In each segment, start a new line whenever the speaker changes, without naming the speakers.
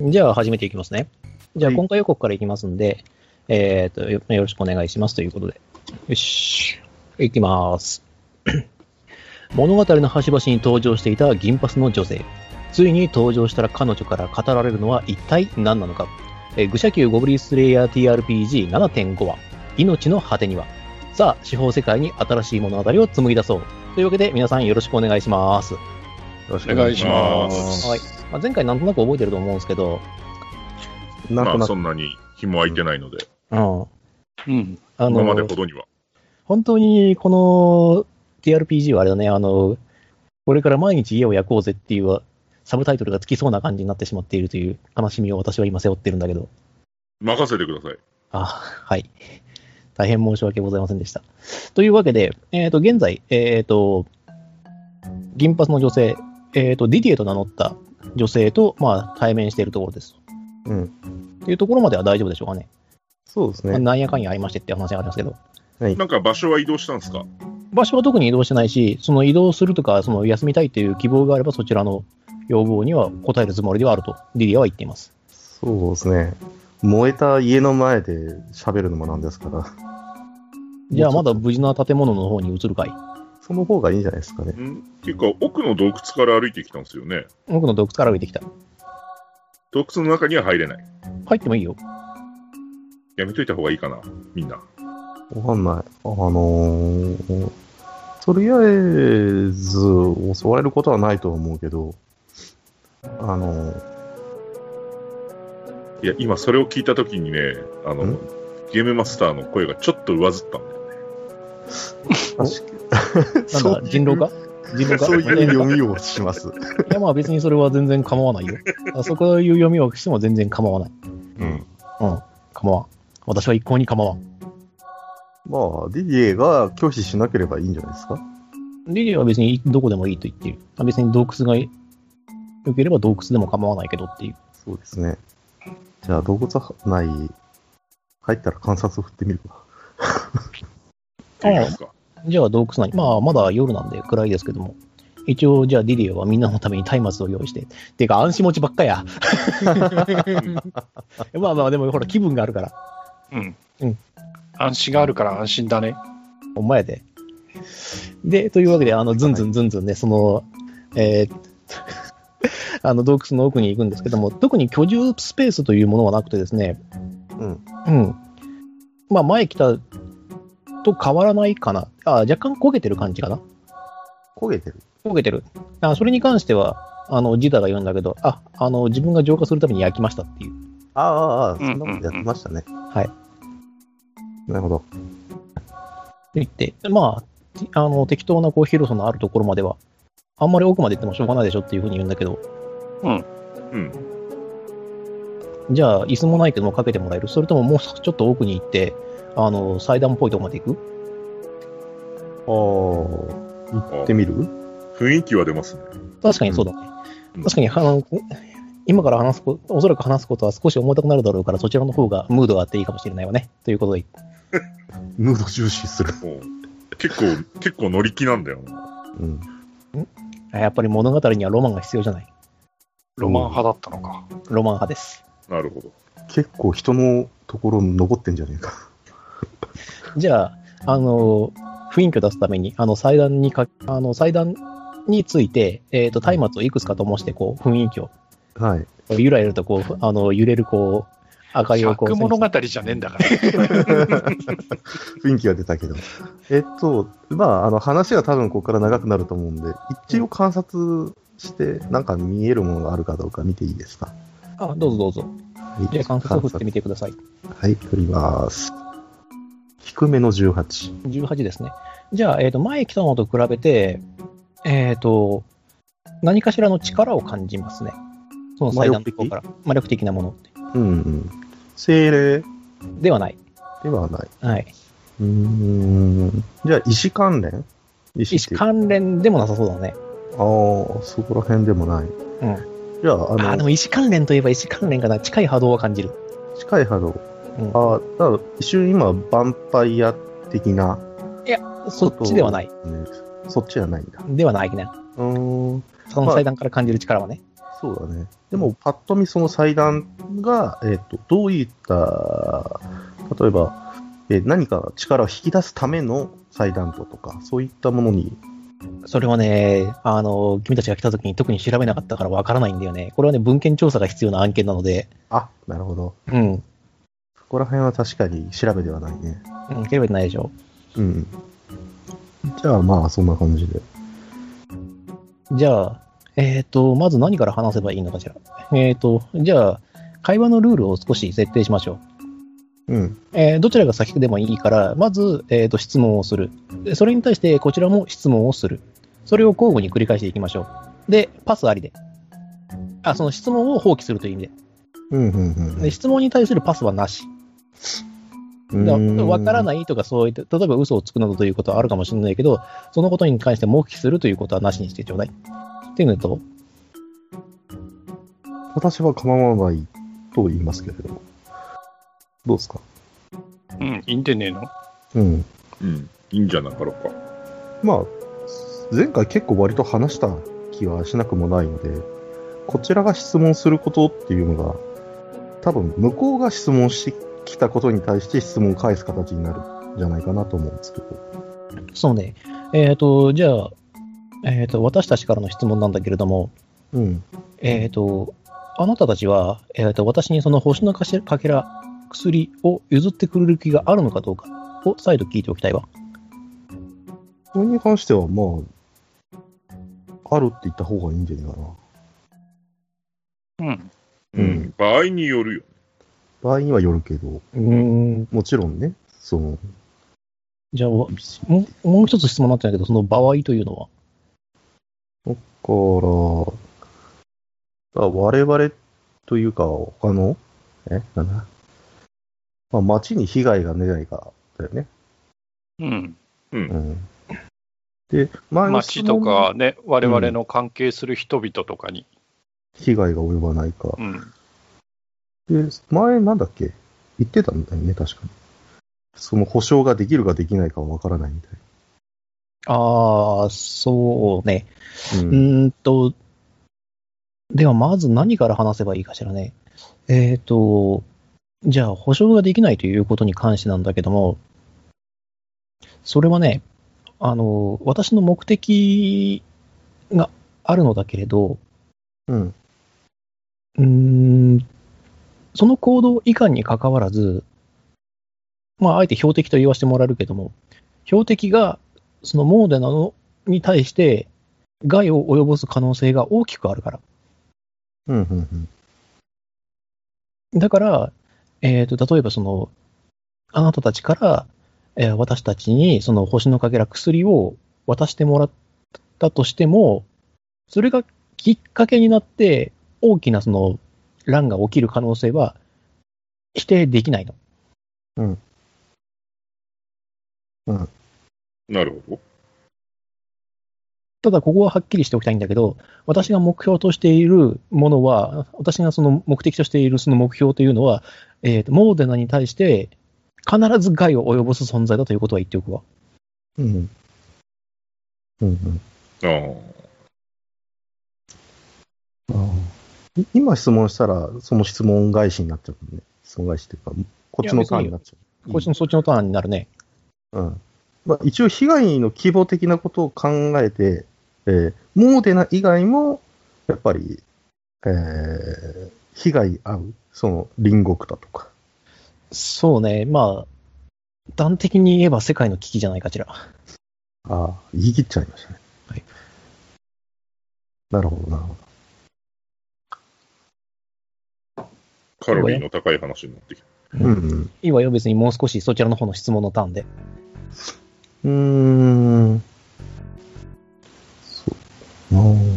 じゃあ始めていきますね。じゃあ
はい
今回予告からいきますんで、えっ、とよ、よろしくお願いしますということで。よし。いきます。 物語の端々に登場していた銀髪の女性。ついに登場したら彼女から語られるのは一体何なのか。えー愚者級ゴブリンスレイヤー TRPG7.5 話。命の果てには。さあ、司法世界に新しい物語を紡ぎ出そう。というわけで皆さんよろしくお願いします。
ろし
お願いしま
はい
す。
まあ、前回なんとなく覚えてると思うんですけど、
なんと
まあ
な
そ
く。
んなに日も空いてないので、
うん。
うん。
あ
今まで
の
ほ、どには。
本当にこの TRPG はあれだね、あの、これから毎日家を焼こうぜっていうサブタイトルがつきそうな感じになってしまっているという悲しみを私は今背負ってるんだけど、
任せてください。
あ、はい。大変申し訳ございませんでした。というわけで、えっ、と、現在、えっ、と、銀髪の女性、えっ、と、ディディエと名乗った女性と、まあ、対面しているところです。
うん。
というところまでは大丈夫でしょうかね。
そうです
まあ
ね。
なんやかんや会いましてって話がありますけど。
なんか場所は移動したんですか
場所は特に移動してないし、その移動するとか、その休みたいという希望があれば、そちらの要望には応えるつもりではあると、ディディアは言っています。
そうですね。燃えた家の前で喋るのもなんですから、
じゃあ、まだ無事な建物の方に移るかい
その方がいいんじゃないですかね。
んっていうか、奥の洞窟から歩いてきたんですよね。
僕の洞窟から浮いてきた。
洞窟の中には入れない。
入ってもいいよ。
やめといた方がいいかな、みんな。
わかんない。あのー、とりあえず襲われることはないと思うけど、あのー、
いや、今それを聞いたときにね、あの
ん、
ゲームマスターの声がちょっと上ずったんだよ。
なんだ、人狼か人狼か
そう
え
いう
え
読みをします。
い や、まあ別にそれは全然構わないよ。あそこいう読みをしても全然構わない。
うん。
うん、構わん。私は一向に構わん。
まあ、ディディエが拒否しなければいいんじゃないですか。
ディディアは別にどこでもいいと言っている。まあ別に洞窟が良ければ洞窟でも構わないけどっていう。
そうですね。じゃあ、洞窟内、入ったら観察を振ってみるか。
いいですか。
じゃあ洞窟内、まあまだ夜なんで暗いですけども、一応じゃあディディエはみんなのために松明を用意して、てか暗視持ちばっか や。まあまあでもほら気分があるから、
うん。
うん
安心があるから安心だね。
お前で。で、というわけで、あの、ズンズンズンズンね、その、えー あの洞窟の奥に行くんですけども、特に居住スペースというものはなくてですね、
うん。
うん。まあ前来たと変わらないかな。あ若干焦げてる感じかな。
焦げてる。
焦げてる。あそれに関しては、あの、ジダが言うんだけど、あ、あの、自分が浄化するために焼きましたっていう。
ああ、ああ、
ん
そんなことやってましたね。
はい。
なるほど。
言って、まあ、てあの、適当なこう広さのあるところまでは、あんまり奥まで行ってもしょうがないでしょっていうふうに言うんだけど、
うん。
じゃあ、椅子もないけどもかけてもらえるそれとももうちょっと奥に行って、あの、祭壇っぽいとこまで行く
ああ、行ってみる
雰囲気は出ますね。
確かにそうだね。
うん
確かに、あの、今から話すこおそらく話すことは少し重たくなるだろうから、そちらの方がムードがあっていいかもしれないわね。ということで、
ムード重視する。
もう、結構、結構乗り気なんだよな。
うん。
あやっぱり物語にはロマンが必要じゃない。
ロマン派だったのか。
ロマン派です。
なるほど。
結構人のところ登ってんじゃねえか。
じゃあ、あの、雰囲気を出すために、あの、祭壇にか、あの、祭壇について、えっ、と、松明をいくつかともして、こう、雰囲気を、
はい。
ゆらゆらと、こう、あの、揺れる、こう、明かりをこう、
百物語じゃねえんだから。
雰囲気が出たけど。えっと、まあ、あの、話が多分ここから長くなると思うんで、一応観察して、なんか見えるものがあるかどうか見ていいですか。
あ、どうぞどうぞ。
はい
じゃあ、観察を振ってみてください。
はい、振ります。低めの18。
18ですね。じゃあ、えっ、と、前来たのと比べて、えっ、と、何かしらの力を感じますね。その祭壇の方から。魔力的なもの
うんうん。精霊
ではない。
ではない。
はい。
うーん。じゃあ、石関連石って
石
いうあ
関連でもなさそうだね。
あー、そこら辺でもない。
ん
じゃあ、あ
あ
の、
あ、でも石関連といえば石関連かな。近い波動は感じる。
近い波動。
うん
ああ、だから一瞬今、ヴァンパイア的な、
そっちではない。
ねそっちじゃないんだ。
ではないね。
うーん。
その祭壇から感じる力はね。
そうだね。でも、パッと見その祭壇が、えっ、と、どういった、例えば、えー何か力を引き出すための祭壇ととか、そういったものに、
それはね、あの、君たちが来た時に特に調べなかったからわからないんだよね。これはね、文献調査が必要な案件なので、
あ、なるほど。
うん。
そこら辺は確かに調べではないね。
うん、調べてないでしょ。
うん。じゃあ、まあ、そんな感じで。
じゃあ、えっ、と、まず何から話せばいいのかしら。えっ、と、じゃあ、会話のルールを少し設定しましょう。
うん。
えーどちらが先でもいいから、まず、えーと質問をする。でそれに対して、こちらも質問をする。それを交互に繰り返していきましょう。で、パスありで。あ、その質問を放棄するという意味で。
うん、うん、うん。
で質問に対するパスはなし。だわから
い。
ないとか、そういった、例えば嘘をつくなどということはあるかもしれないけど、そのことに関して黙秘するということはなしにしてちょうだい。っていうのと、
私は構わないと言いますけれども。どうですか
うん、いいんでねえの
うん。
うん。いいんじゃなかろうか。
まあ、前回結構割と話した気はしなくもないので、こちらが質問することっていうのが、多分向こうが質問してきたことに対して質問を返す形になるんじゃないかなと思うんですけど。
そうね。えっ、と、じゃあ、えっ、と、私たちからの質問なんだけれども、
うん。
えっ、と、あなたたちは、えっ、と、私にその星のかしかけら、薬を譲ってくれる気があるのかどうかを再度聞いておきたいわ。
それに関しては、まあ、あるって言った方がいいんじゃないかな。
うん。
うん
うん。場合によるよ。
場合にはよるけど、
うん。
もちろんね、その、
じゃあ、わもうもう一つ質問になってんだけど、その場合というのは。
から、あ我々というか、他の、え、なんだ、まあ、町に被害が出ないか、だよね。
うん。
う
う。
ん
ん。で、前の質
町と
問
かね、我々の関係する人々とかに。
被害が及ばないか
う。ん。
で、前なんだっけ言ってたんだよね、確かに。その保証ができるかできないかはわからないみた
ああ、そうね。
い。う。
うんーんと、ではまず何から話せばいいかしらね。えっ、と、じゃあ保証ができないということに関してなんだけども、それはね、あの、私の目的があるのだけれど、
うん。
うーん、その行動以下に関わらず、まあ、あえて標的と言わせてもらえるけども、標的が、そのモーデナのに対して、害を及ぼす可能性が大きくあるから。
うん。うん。
だから、えー、と、例えばその、あなたたちから、えー私たちに、その星のかけら薬を渡してもらったとしても、それがきっかけになって、大きなその、乱が起きる可能性は、否定できないの。
なるほ
ただ、ここははっきりしておきたいんだけど、私が目標としているものは、私がその目的としているその目標というのは、えーと、モーデナに対して、必ず害を及ぼす存在だということは言っておくわ。
うん。うん。うん。
ど。あ
い今質問したら、その質問返しになっちゃうもんね。質問返しっていうか、こっちのターンになっちゃう。
こっちのそっちのターンになるね。
うんまあ、一応、被害の規模的なことを考えて、えー、モーデナ以外も、やっぱり、えー被害合う、その隣国だとか。
そうね、まあ、端的に言えば世界の危機じゃないかしら。
ああ、言い切っちゃいましたね。
はい。
なるほど、なるほ
カロリーの高い話になってきた。
ど。うん、
いいわよ、別にもう少しそちらの方の質問のターンで。
うん。うーん。そう。うん。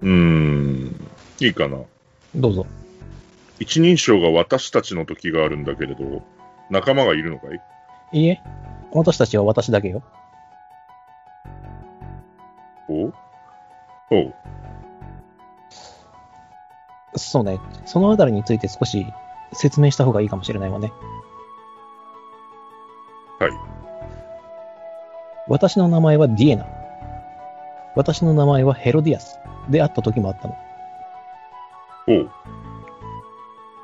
うーん。いいかな。
どうぞ。
一人称が私たちの時があるんだけれど、仲間がいるのかい
いいえ、私たちは私だけよ。
おうおう。
そうね、そのあたりについて少し説明した方がいいかもしれないわね。
はい。
私の名前はディエナ。私の名前はヘロディアスであった時もあったの。
ほう。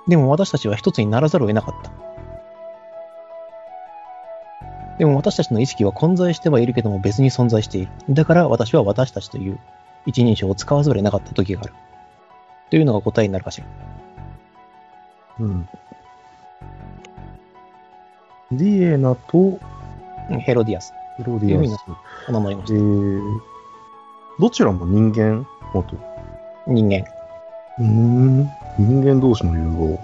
でも私たちは一つにならざるを得なかった。でも私たちの意識は混在してはいるけども別に存在している。だから私は私たちという一人称を使わざるを得なかった時がある。というのが答えになるかしら。
うん。ディエナと
うんヘロディアス。
ヘロディアス。
お名前を
えー、どちらも人間元。
人間。
うーん。人間同士の融合。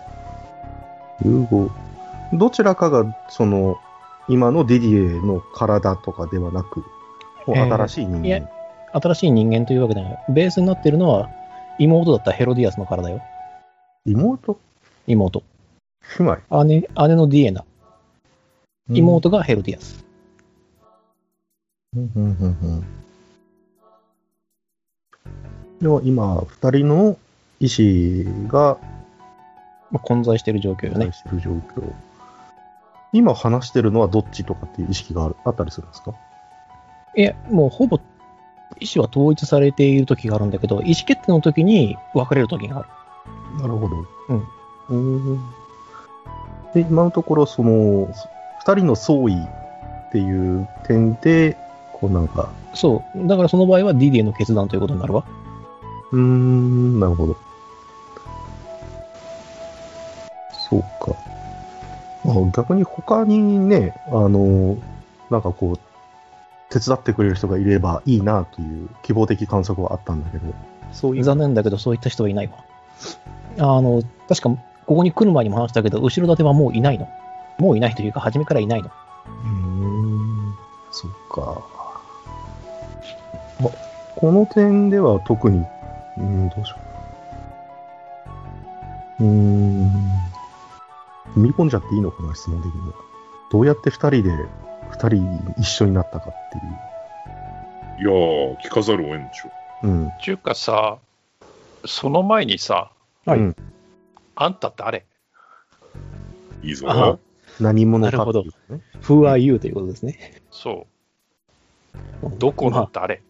融合。どちらかが、その、今のディディエの体とかではなく、もう
えー
新しい人間。
いや新しい人間というわけではない。ベースになっているのは妹だったヘロディアスの体よ。
妹
妹。
姉妹
姉、姉のディエナ。妹がヘロディアス。
うんうんうんうんでは今、二人の意思が
まあ、混在している状況よね
対。してる状況、今話してるのはどっちとかっていう意識があるあったりするんですか
いや、もうほぼ意思は統一されている時があるんだけど、意思決定の時に分かれる時がある。
なるほど。うん。で、今のところ、その、二人の相違っていう点で、こうなんか、
そう。だからその場合は DD の決断ということになるわ。
うーん、なるほど。そうか。あ逆に他にね、あの、なんかこう、手伝ってくれる人がいればいいなという希望的観測はあったんだけど、そういう。
残念だけど、そういった人はいないわ。あの、確か、ここに来る前にも話したけど、後ろ盾はもういないの。もういないというか、初めからいないの。
うーん、そっか。ま、この点では特に、うーん、どうしよう。うーん、踏み込んじゃっていいのかな、質問的には。どうやって二人で、二人一緒になったかっていう。
いやー、聞かざるを得んでしょ。
うん。
ちゅうかさ、その前にさ、
はい
うん
あんた誰
いいぞ。
あ
何者か
なる
っ
ほ
て
ど
いうね。
Who are you? ということですね。
そう。どこ
ま
の誰、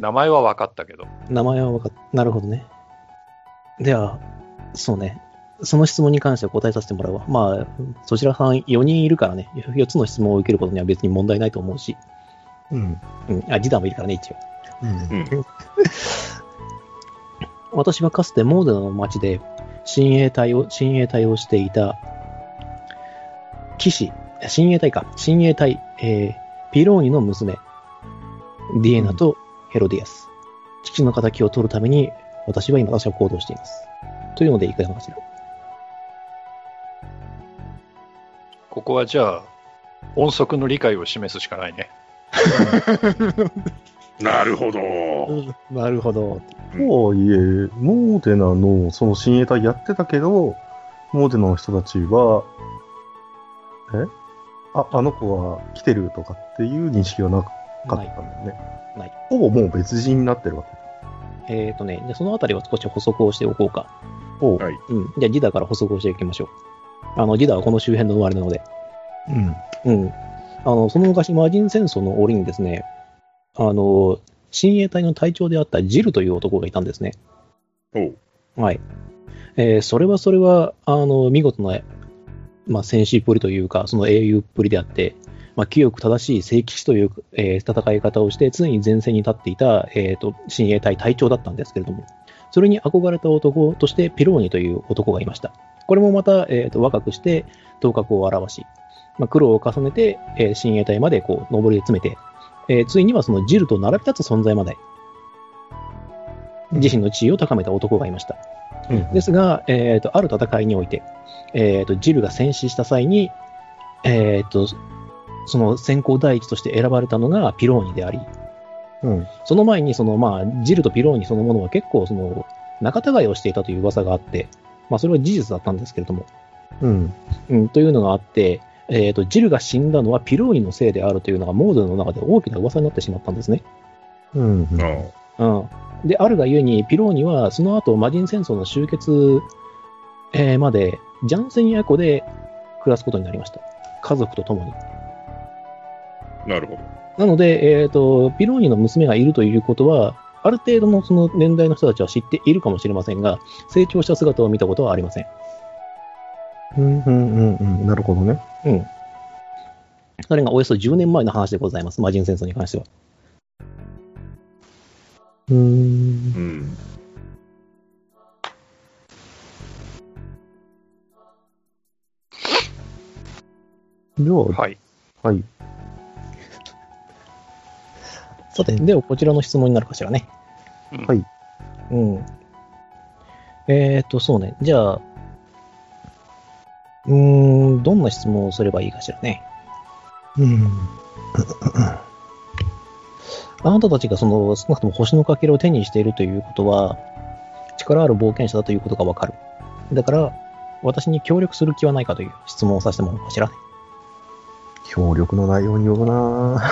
名前は分かったけど。
あ名前は分かっなるほどね。では、そうね。その質問に関しては答えさせてもらうわ。まあ、そちらさん4人いるからね、4つの質問を受けることには別に問題ないと思うし、
うん。
うん、あ、次男もいるからね、一応。
うん。
私はかつてモーデナの町で親衛隊を、親衛隊をしていた騎士、親衛隊か、親衛隊、えーピローニの娘、ディエナとヘロディアス。父の敵を取るために、私は今、私は行動しています。というので、いかがかしら。
ここはじゃあ、音速の理解を示すしかないね。
なるほど。
なるほど。
とはいえ、モーデナのその親衛隊やってたけど、モーデナの人たちは、えあ、あの子は来てるとかっていう認識はなかったんだ
はい。
よね。
ない
ほぼもう別人になってるわけ。
えっ、とね、じゃあそのあたりは少し補足をしておこうか。
おう
はい
うん。じゃあ、ジダから補足をしていきましょう。あの、ジダはこの周辺の生まれなので、
うん。
うん。あの、その昔、マージン戦争の折にですね、あの、親衛隊の隊長であったジルという男がいたんですね。
ほう。
はい。えーそれはそれは、あの、見事な、まあ、戦士っぷりというか、その英雄っぷりであって、まあ、清く正しい聖騎士という、えー戦い方をして、常に前線に立っていた、えっ、と、親衛隊隊長だったんですけれども、それに憧れた男として、ピローニという男がいました。これもまた、えっ、と、若くして、頭角を現し、まあ、苦労を重ねて、えー親衛隊まで、こう、上り詰めて、えーついにはそのジルと並び立つ存在まで、自身の地位を高めた男がいました。
うん
ですが、えー、とある戦いにおいて、えー、とジルが戦死した際に、えー、とその先行第一として選ばれたのがピローニであり、
うん。
その前にその、まあ、ジルとピローニそのものは結構その仲違いをしていたという噂があって、まあ、それは事実だったんですけれども、
うん。
うん、というのがあって、えー、とジルが死んだのはピローニのせいであるというのがモードの中で大きな噂になってしまったんですね。
うん。
あ
うん、であるがゆえにピローニはその後魔人戦争の終結、えーまでジャンセンヤコで暮らすことになりました家族と共に
あなるほど。
なので、えー、とピローニの娘がいるということはある程度のその年代の人たちは知っているかもしれませんが、成長した姿を見たことはありません。
うんうんうんうん。なるほどね。
うん。それがおよそ10年前の話でございます、魔人戦争に関しては。
うーん。
うん。
じゃあ、は
はい。
い。
さて、ではこちらの質問になるかしらね。
うん
はい
うん。えっ、ー、と、そうね。じゃあ、うーん、どんな質問をすればいいかしらね。
うん。
あなたたちがその、少なくとも星のかけらを手にしているということは、力ある冒険者だということがわかる。だから、私に協力する気はないかという質問をさせてもらおうかしらね。
協力の内容によるな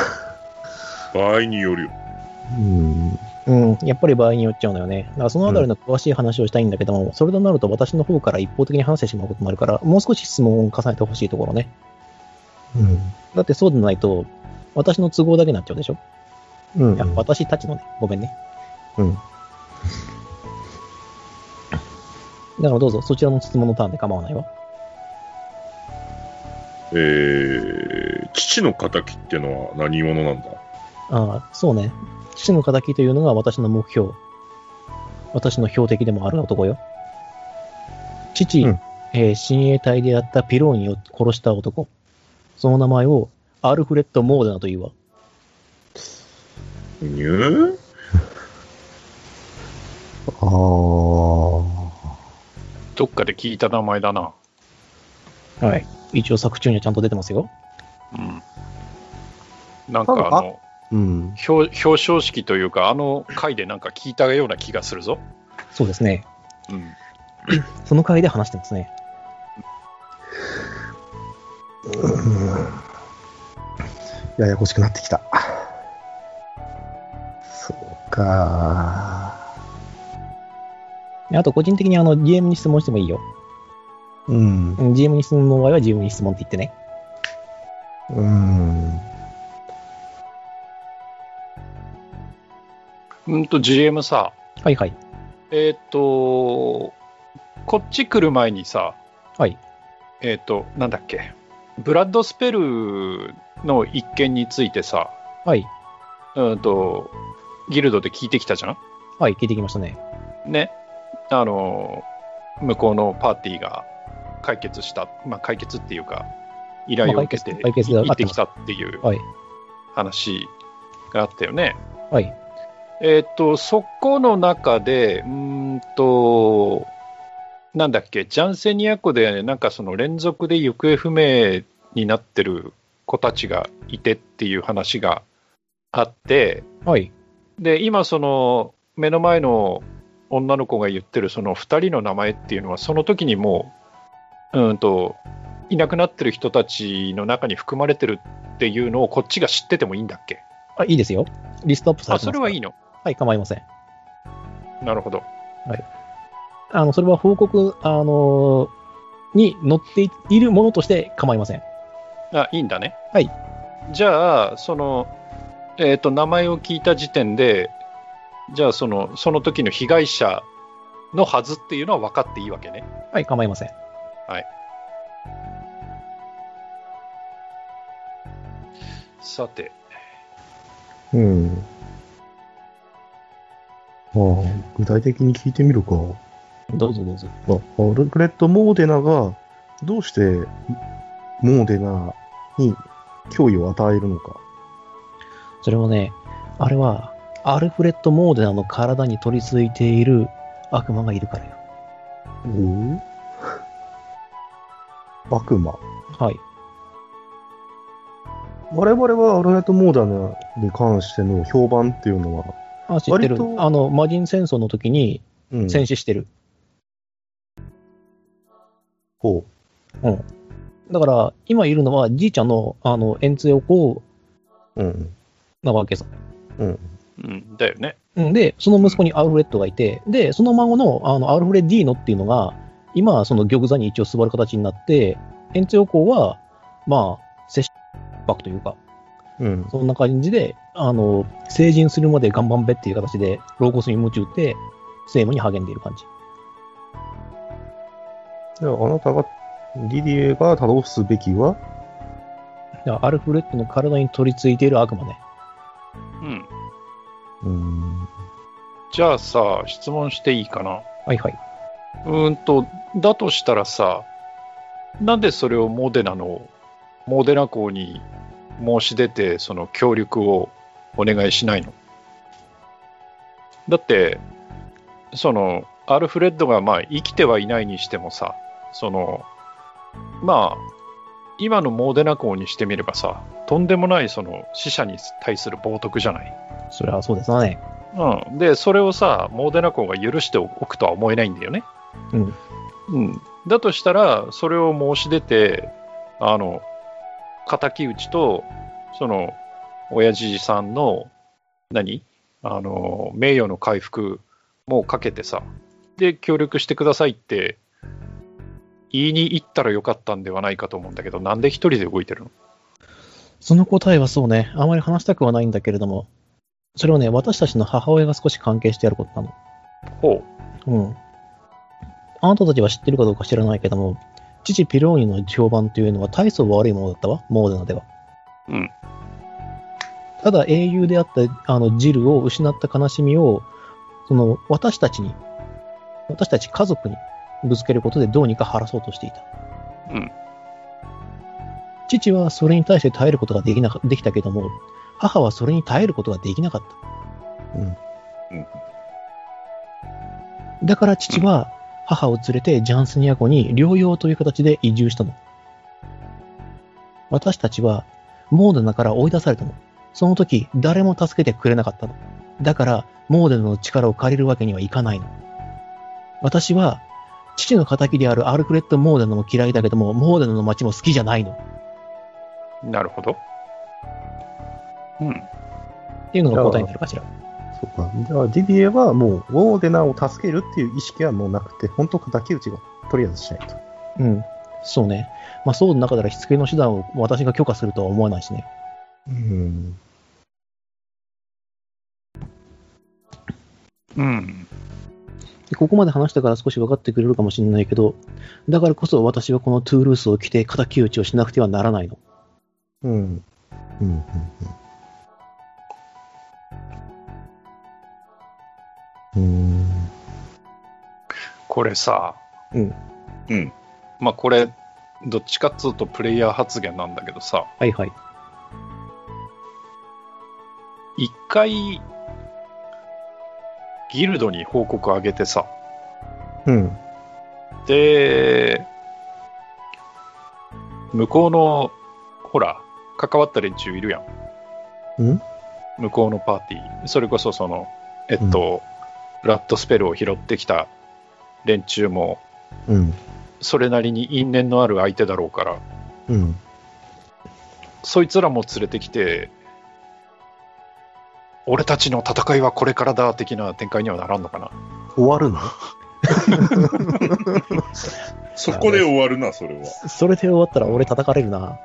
場合によるよ。
うん。
うん、やっぱり場合によっちゃうのよね。だからそのあたりの詳しい話をしたいんだけども、それとなると私の方から一方的に話してしまうこともあるから、もう少し質問を重ねてほしいところね。
うん。
だってそうでないと、私の都合だけになっちゃうでしょ、
うん。
いや私たちのね、ごめんね。
うん。
だからどうぞ、そちらの質問のターンで構わないわ。
えー、父の仇ってのは何者なんだ
ああ、そうね。父の仇というのが私の目標。私の標的でもある男よ。父、
うん
えー親衛隊でやったピローニを殺した男。その名前をアルフレッド・モーデナというわ。
にゅ
ああ。
どっかで聞いた名前だな。
はい。一応作中にはちゃんと出てますよ。
うん。なんかあの、
うん。
表表彰式というか、あの回でなんか聞いたような気がするぞ。
そうですね。
うん。
その回で話してますね。
ややこしくなってきた。そうか。
あと、個人的にあの、GM に質問してもいいよ。
うん。
うん GM に質問の場合は GM に質問って言ってね。
うん。
うんと、GM さ、
はいはい。
えーっ、と、こっち来る前にさ、
はい。
えーっ、と、なんだっけ、ブラッドスペルの一件についてさ、
はい。
うんと、ギルドで聞いてきたじゃん
はい、聞いてきましたね。
ね。あの、向こうのパーティーが解決した、まあ解決っていうか、依頼を受けて
まあ解決解決が
行ってきたっていう
はい。
話があったよね。
はい。
えっ、と、そこの中で、うーんと、なんだっけ、ジャンセニア湖で、なんかその連続で行方不明になってる子たちがいてっていう話があって、
はい。
で、今、その目の前の女の子が言ってるその2人の名前っていうのは、その時にもう、うーんと、いなくなってる人たちの中に含まれてるっていうのをこっちが知っててもいいんだっけ
あ、いいですよ。リストアップされ
あ、
てますか
それ
ら
はいいの
はい、構いません。
なるほど。
あの、それは報告、あのーに載っているものとして構いません。
あ、いいんだね。
はい。
じゃあ、その、えっ、と、名前を聞いた時点で、じゃあ、その、その時の被害者のはずっていうのは分かっていいわけね。
はい、構いません。
さて、
うん。ああ、具体的に聞いてみるか。
どうぞどうぞ。
あ、アルフレッド・モーデナが、どうして、モーデナに脅威を与えるのか。
それはね、あれは、アルフレッド・モーデナの体に取り付いている悪魔がいるからよ。
おお悪魔。
はい。
我々はアルフレッド・モーデナに関しての評判っていうのは、
あ、知ってる
割。と
あの、魔人戦争の時に
うん、
戦死してる。
法。
だから、今いるのは、じいちゃんの、あの、遠征をこ
うん。
う、なわけさ。
うん。
うん、だよね。
うんで、その息子にアルフレッドがいて、で、その孫のあのアルフレディーノっていうのが、今はその玉座に一応座る形になって、延長校は、まあ、接触というか、
うん。
そんな感じで、あの、成人するまで頑張んべっていう形で、老骨に夢中って、政務に励んでいる感じ。
じゃあ、あなたが、リリエが倒すべきは、
だからアルフレッドの体に取り付いている悪魔ね。
うん。
うん。
じゃあさ、質問していいかな。
はいはい。
うーんと、だとしたらさ、なんでそれをモデナの、モデナ校に申し出て、その協力をお願いしないのだって、その、アルフレッドがまあ生きてはいないにしてもさ、その、まあ、今のモーデナ校にしてみればさ、とんでもないその死者に対する冒涜じゃない
それはそうですわね。
うん、でそれをさモーデナ校が許しておくとは思えないんだよね、
うん
うんだとしたらそれを申し出てあの敵討ちとその親父さんの何あの名誉の回復もかけてさで協力してくださいって言いに行ったらよかったんではないかと思うんだけどなんで一人で動いてるの
その答えはそうね、あまり話したくはないんだけれども、それはね、私たちの母親が少し関係してあることなの。
ほ
うん。あなたたちは知ってるかどうか知らないけども、父ピローニの評判というのは大層悪いものだったわ、モーデナでは。
うん。
ただ英雄であったあのジルを失った悲しみを、その私たちに、私たち家族にぶつけることでどうにか晴らそうとしていた。
うん。
父はそれに対して耐えることができなかできたけども、母はそれに耐えることができなかった。だから父は母を連れてジャンスニア湖に療養という形で移住したの。私たちはモーデナから追い出されたの。その時誰も助けてくれなかったの。だからモーデナの力を借りるわけにはいかないの。私は父の仇であるアルフレッド・モーデナも嫌いだけども、モーデナの街も好きじゃないの。
うなるほどうん
っていうのが答えになるかしら。
そっか。じゃあ、リリエはもう、ウォーデナーを助けるっていう意識はもうなくて、本当敵討ちがとりあえずしないと。
うん。そうね。まあ、そうの中ではしつけの手段を私が許可するとは思わないしね。
うん。
うん
でここまで話したから少し分かってくれるかもしれないけど、だからこそ私はこのトゥールースを着て敵討ちをしなくてはならないの。
うん。うん。うん。うん。
これさ、
うん
うん
まあこれどっちかっつうとプレイヤー発言なんだけどさ
はいはい。
一回ギルドに報告あげてさ
うん。
で向こうのほら関わった連中いるやん
うん
向こうのパーティーそれこそそのえっと、ラッドスペルを拾ってきた連中も
うん。
それなりに因縁のある相手だろうから
うん。
そいつらも連れてきて、俺たちの戦いはこれからだ的な展開にはならんのかな。
終わるの
そこで終わるな、それは。
それで終わったら俺叩かれる な。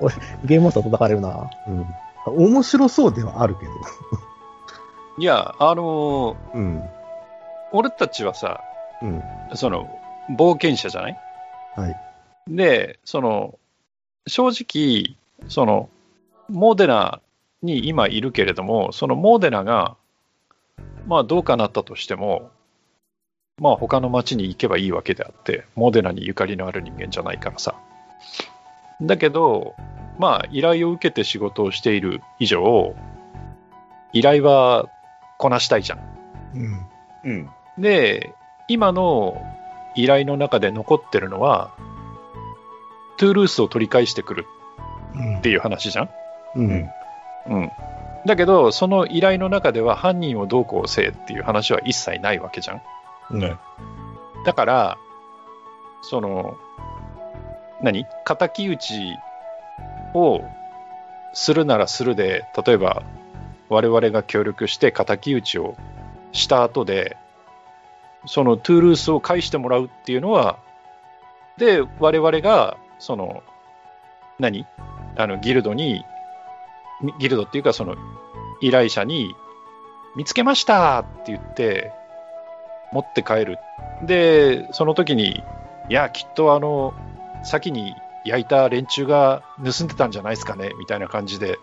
俺、ゲームマスター叩かれるな。
うん。面白そうではあるけど。
いや、あのー
うん。
俺たちはさ、
うん。
その、冒険者じゃない
はい。
で、その、正直、その、モデナに今いるけれども、そのモデナが、まあ、どうかなったとしても、まあ、他の町に行けばいいわけであって、モデナにゆかりのある人間じゃないからさ。だけど、まあ、依頼を受けて仕事をしている以上、依頼はこなしたいじゃん。
うん。
うん。
で、今の依頼の中で残ってるのは、トゥールースを取り返してくるっていう話じゃん。
うん。
うん。だけど、その依頼の中では犯人をどうこうせえっていう話は一切ないわけじゃん。
うん。
だから、その、何敵討ちをするならするで、例えば、我々が協力して敵討ちをした後で、そのトゥールースを返してもらうっていうのは、で、我々が、その、何あのギルドに、みギルドっていうか、その依頼者に、見つけましたって言って、持って帰る。で、その時に、いや、きっとあの、先に焼いた連中が盗んでたんじゃないですかね、みたいな感じで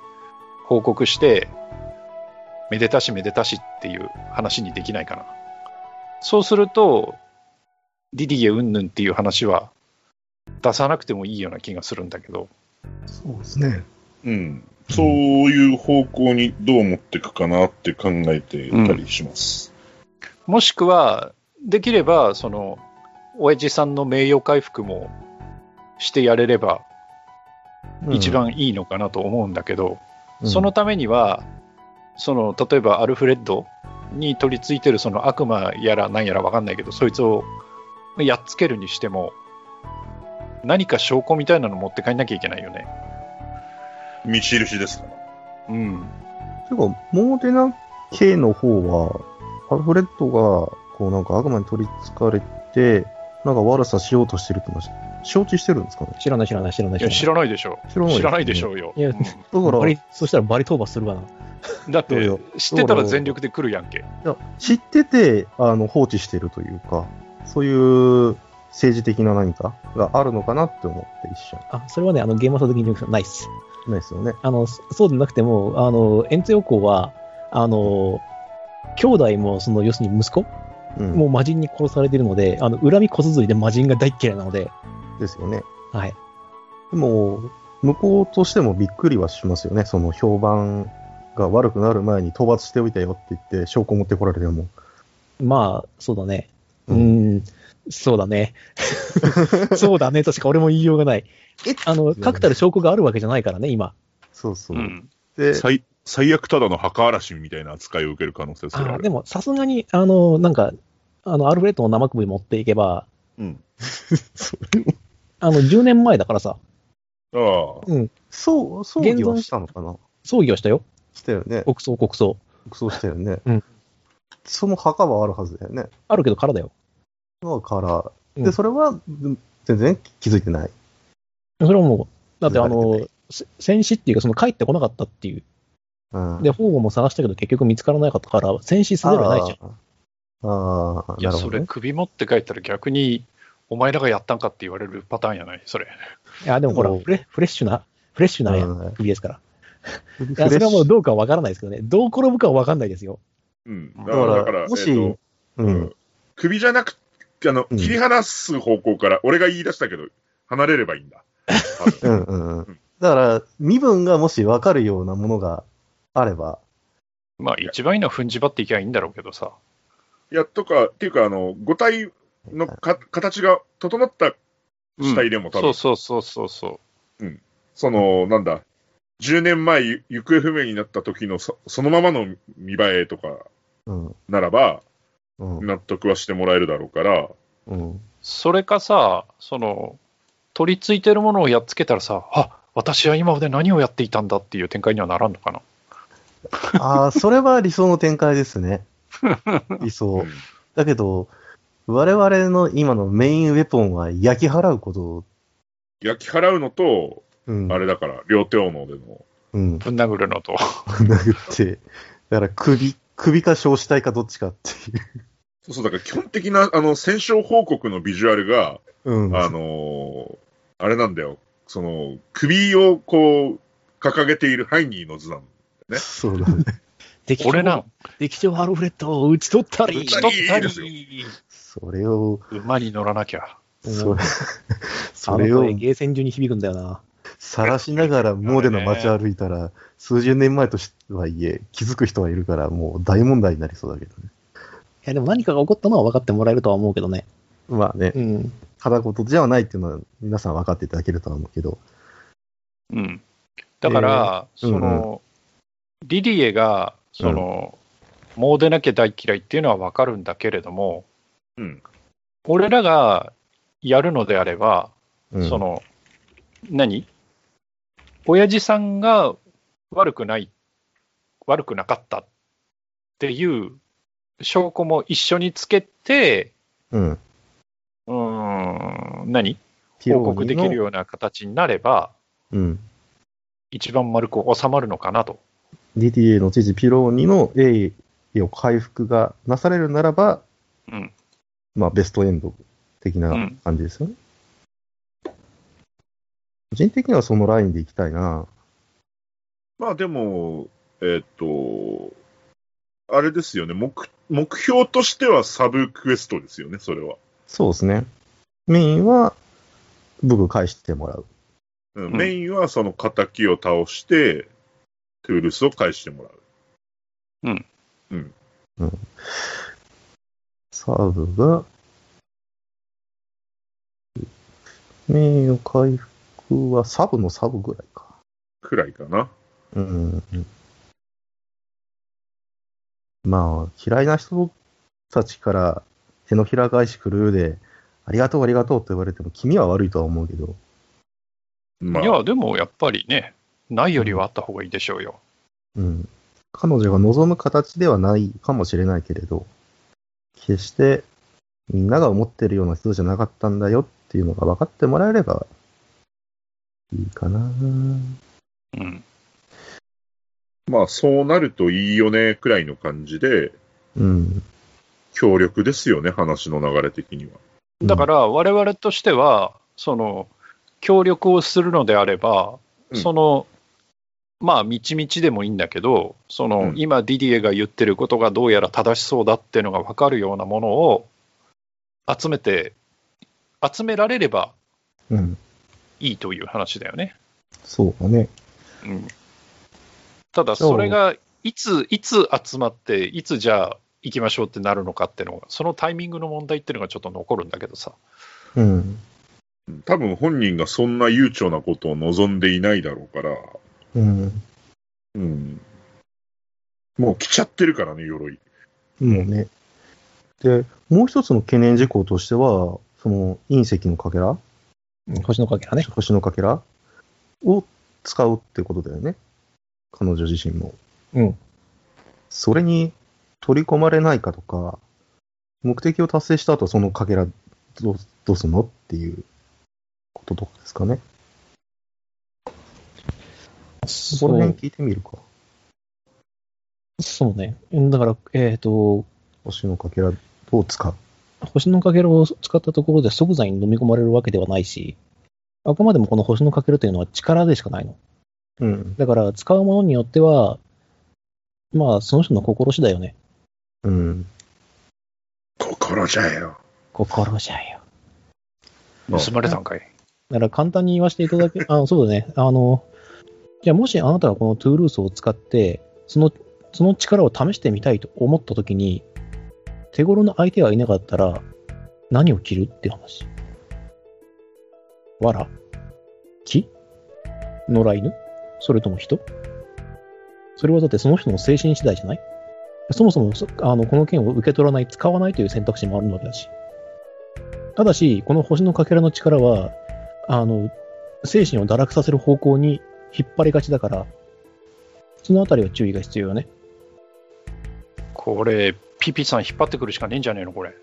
報告して、めでたしめでたしっていう話にできないかな。そうすると、ディディエうんぬんっていう話は出さなくてもいいような気がするんだけど、
そうですね。
うん。そういう方向にどう持っていくかなって考えてたりします。
もしくは、できれば、その、親父さんの名誉回復もしてやれれば一番いいのかなと思うんだけど、その、ためには、その例えばアルフレッドに取り付いてるその悪魔やら何やら分かんないけど、そいつをやっつけるにしても、何か証拠みたいなの持って帰んなきゃいけないよね。
見印ですから。
うん。
てか、モーデナ系の方は、アルフレッドが、こうなんか悪魔に取りつかれて、なんか悪さしようとしてるってのは承知してるんですかね
知らない知らない知らない
いや、知らないでしょ。
知ら
知らないでし
う。
ょうよ。
いや
うん
だから、
バ
い
リそしたらバリ討伐するわな。
だっ
そう
て
よ、
知ってたら全力で来るやんけ。
や知ってて、あの、放置してるというか、そういう政治的な何かがあるのかなって思って一瞬。
あ、それはね、あの、ゲームマスター的に言うけどないっす。
ないですよね。
あの、そそうでなくても、あの、エンツヨ校は、あの、兄弟も、その、要するに息子
うん。
も魔人に殺されてるので、あの、恨み小ずいで魔人が大っ嫌いなので、
ですよね。
はい。
でも、向こうとしてもびっくりはしますよね。その評判が悪くなる前に討伐しておいたよって言って、証拠持ってこられても。
まあ、そうだね。う
う
ー
ん
ん、そうだね。 そうだね、としか俺も言いようがない。あの、確たる証拠があるわけじゃないからね、今。
そうそうう。
ん。
で、
最最悪ただの墓嵐みたいな扱いを受ける可能性すら
あ
あ
ーで
る。
も、さすがに、あの、なんか、あの、アルフレッドの生首持っていけば、
うん。
それも
あの、10年前だからさ、
ああ。
そう、葬儀はしたのかな
葬儀をしたよ。
したよね。
国葬、国葬。
国葬したよね。
うん
その墓はあるはずだよね。
あるけど空だよ。
のから。
うん
で、それはうん全然気づいてない。
それはもう、だってあ
慣れて
の、せ戦死っていうか、その帰ってこなかったっていう。
うん、
で、保護も探したけど結局見つからなかったから、戦死するよりないじゃん。
ゃん。あーあー、
いや、
なる
そ
ほど、
れ
ね。
首持って帰ったら逆に、お前らがやったんかって言われるパターンやないそれ。
いや、でもほら、
うん
フレフレッシュな、フレッシュなやん
うん
首ですから。
フレ
いや、それはも
ッ
う
シュ
どうかわからないですけどね。どう転ぶかはわかんないですよ。
うん。だ
だ
から、
う
だ
だ
か
から
ら、もし、
えっと
うん。
首じゃなくあの、
うん
切り離す方向から、俺が言い出したけど、離れればいいんだ。多
う
分
んうんうん。だから、身分がもし分かるようなものがあれば、
まあ、一番いいのは踏んじばっていけばいいんだろうけどさ。
いや、とか、っていうか、あの、五体のか形が整った死体でも多分、
そうそうそうそうそう。
その、なんだ、10年前ゆ行方不明になった時のそそのままの見栄えとか
うん、
ならば、
うん、
納得はしてもらえるだろうから、
うん。
それかさ、その、取り付いてるものをやっつけたらさ、あ私は今まで何をやっていたんだっていう展開にはならんのかな。
ああ、それは理想の展開ですね。理
う
想
ん。
だけど、我々の今のメインウェポンは焼き払うこと、
焼き払うのと、
うん、
あれだから、両手斧での、
うん、
ぶん殴るのと。
殴って、だから首、首か焼死体かどっちかっていう。
そうそう、だから基本的な、あの、戦勝報告のビジュアルが、
うん。
あのーあれなんだよ。その、首をこう、掲げているハイニーの図なの。ね
そうだね。
敵
俺な、
敵将アルフレッドを打ち取ったり。
打ち取った
いいですよ
り、
それを、
馬に乗らなきゃ。
それ、 そ
あの
れを
声、ゲーセン中に響くんだよな。
晒しながらモーデの街歩いたら、数十年前とはいえ、気づく人はいるから、もう大問題になりそうだけどね。
いや、でも何かが起こったのは分かってもらえるとは思うけどね。
まあね、
うん。
ただ事じゃないっていうのは、皆さん分かっていただけるとは思うけど。
うん。だから、
えー
その、リリエが、その、もう出なきゃ大嫌いっていうのはわかるんだけれども、
うん。
俺らがやるのであれば、
うん、
その、何親父さんが悪くない、悪くなかったっていう証拠も一緒につけて、
うん。
うーん、何
ピローニ
報
の
告できるような形になれば、
うん。
一番丸く収まるのかなと。
DTA の知事ピローニの栄誉を回復がなされるならば、
うん
まあ、ベストエンド的な
うん
感じですよね。個人的にはそのラインでいきたいな。
まあでも、えっと、あれですよね目、目標としてはサブクエストですよね、それは。
そうですね。メインは、武具返してもらう。
うん
うん
メインはその敵を倒して、トゥールスを返してもらう。
サーブが、名誉回復はサブのサブぐらいか。
くらいかな。
うん。まあ、嫌いな人たちから手のひら返し来るようで、ありがとうありがとうって言われても、気味は悪いとは思うけど、
まあ
い、や、でもやっぱりね、ないよりはあった方がいいでしょうよ。
うん。彼女が望む形ではないかもしれないけれど、決してみんなが思ってるような人じゃなかったんだよっていうのが分かってもらえれば、いいかな。
うん。
まあそうなるといいよね、くらいの感じで、
うん。
強力ですよね、話の流れ的には。
だから、我々としては、その、協力をするのであれば、
うん
その、まあ、みちみちでもいいんだけど、その、
うん
今、ディディエが言ってることがどうやら正しそうだっていうのが分かるようなものを集めて、集められれば
ら、うん。
いいという話だよね。
そうだね。
うんただ、それがいつ、いつ集まって、いつじゃあ行きましょうってなるのかっていうのが、そのタイミングの問題っていうのがちょっと残るんだけどさ。
うん。
うん多分本人がそんな悠長なことを望んでいないだろうから、
うん。
うん。もう来ちゃってるからね、鎧。
もうね。で、もう一つの懸念事項としては、その隕石のかけら、
うん星のかけらね。
星のかけらを使うってことだよね。彼女自身も。
うん。
それに取り込まれないかとか、目的を達成した後そのかけらどうどうすんのっていうこととかですかね。そこ
そ
ら
う
辺聞いてみるか。
そうね。うんだから、えっ、と、
星のかけらを使う。
星のかけらを使ったところで即座に飲み込まれるわけではないし、あくまでもこの星のかけらというのは力でしかないの。
うん。
だから、使うものによっては、まあ、その人の心次第よね。
うん。
心じゃよ。
心じゃよ。
盗まれたんかい。
だから簡単に言わせていただけ、 あそうだね。あの、じゃあもしあなたがこのトゥールースを使って、その、その力を試してみたいと思ったときに、手頃の相手がいなかったら、何を切るって話。わら木野良犬それとも人それはだってその人の精神次第じゃないそもそもそあのこの剣を受け取らない、使わないという選択肢もあるわけだし。ただし、この星のかけらの力は、あの、精神を堕落させる方向に引っ張りがちだから、そのあたりは注意が必要よね。
これ、ピピさん引っ張ってくるしかねえんじゃねえの、これ。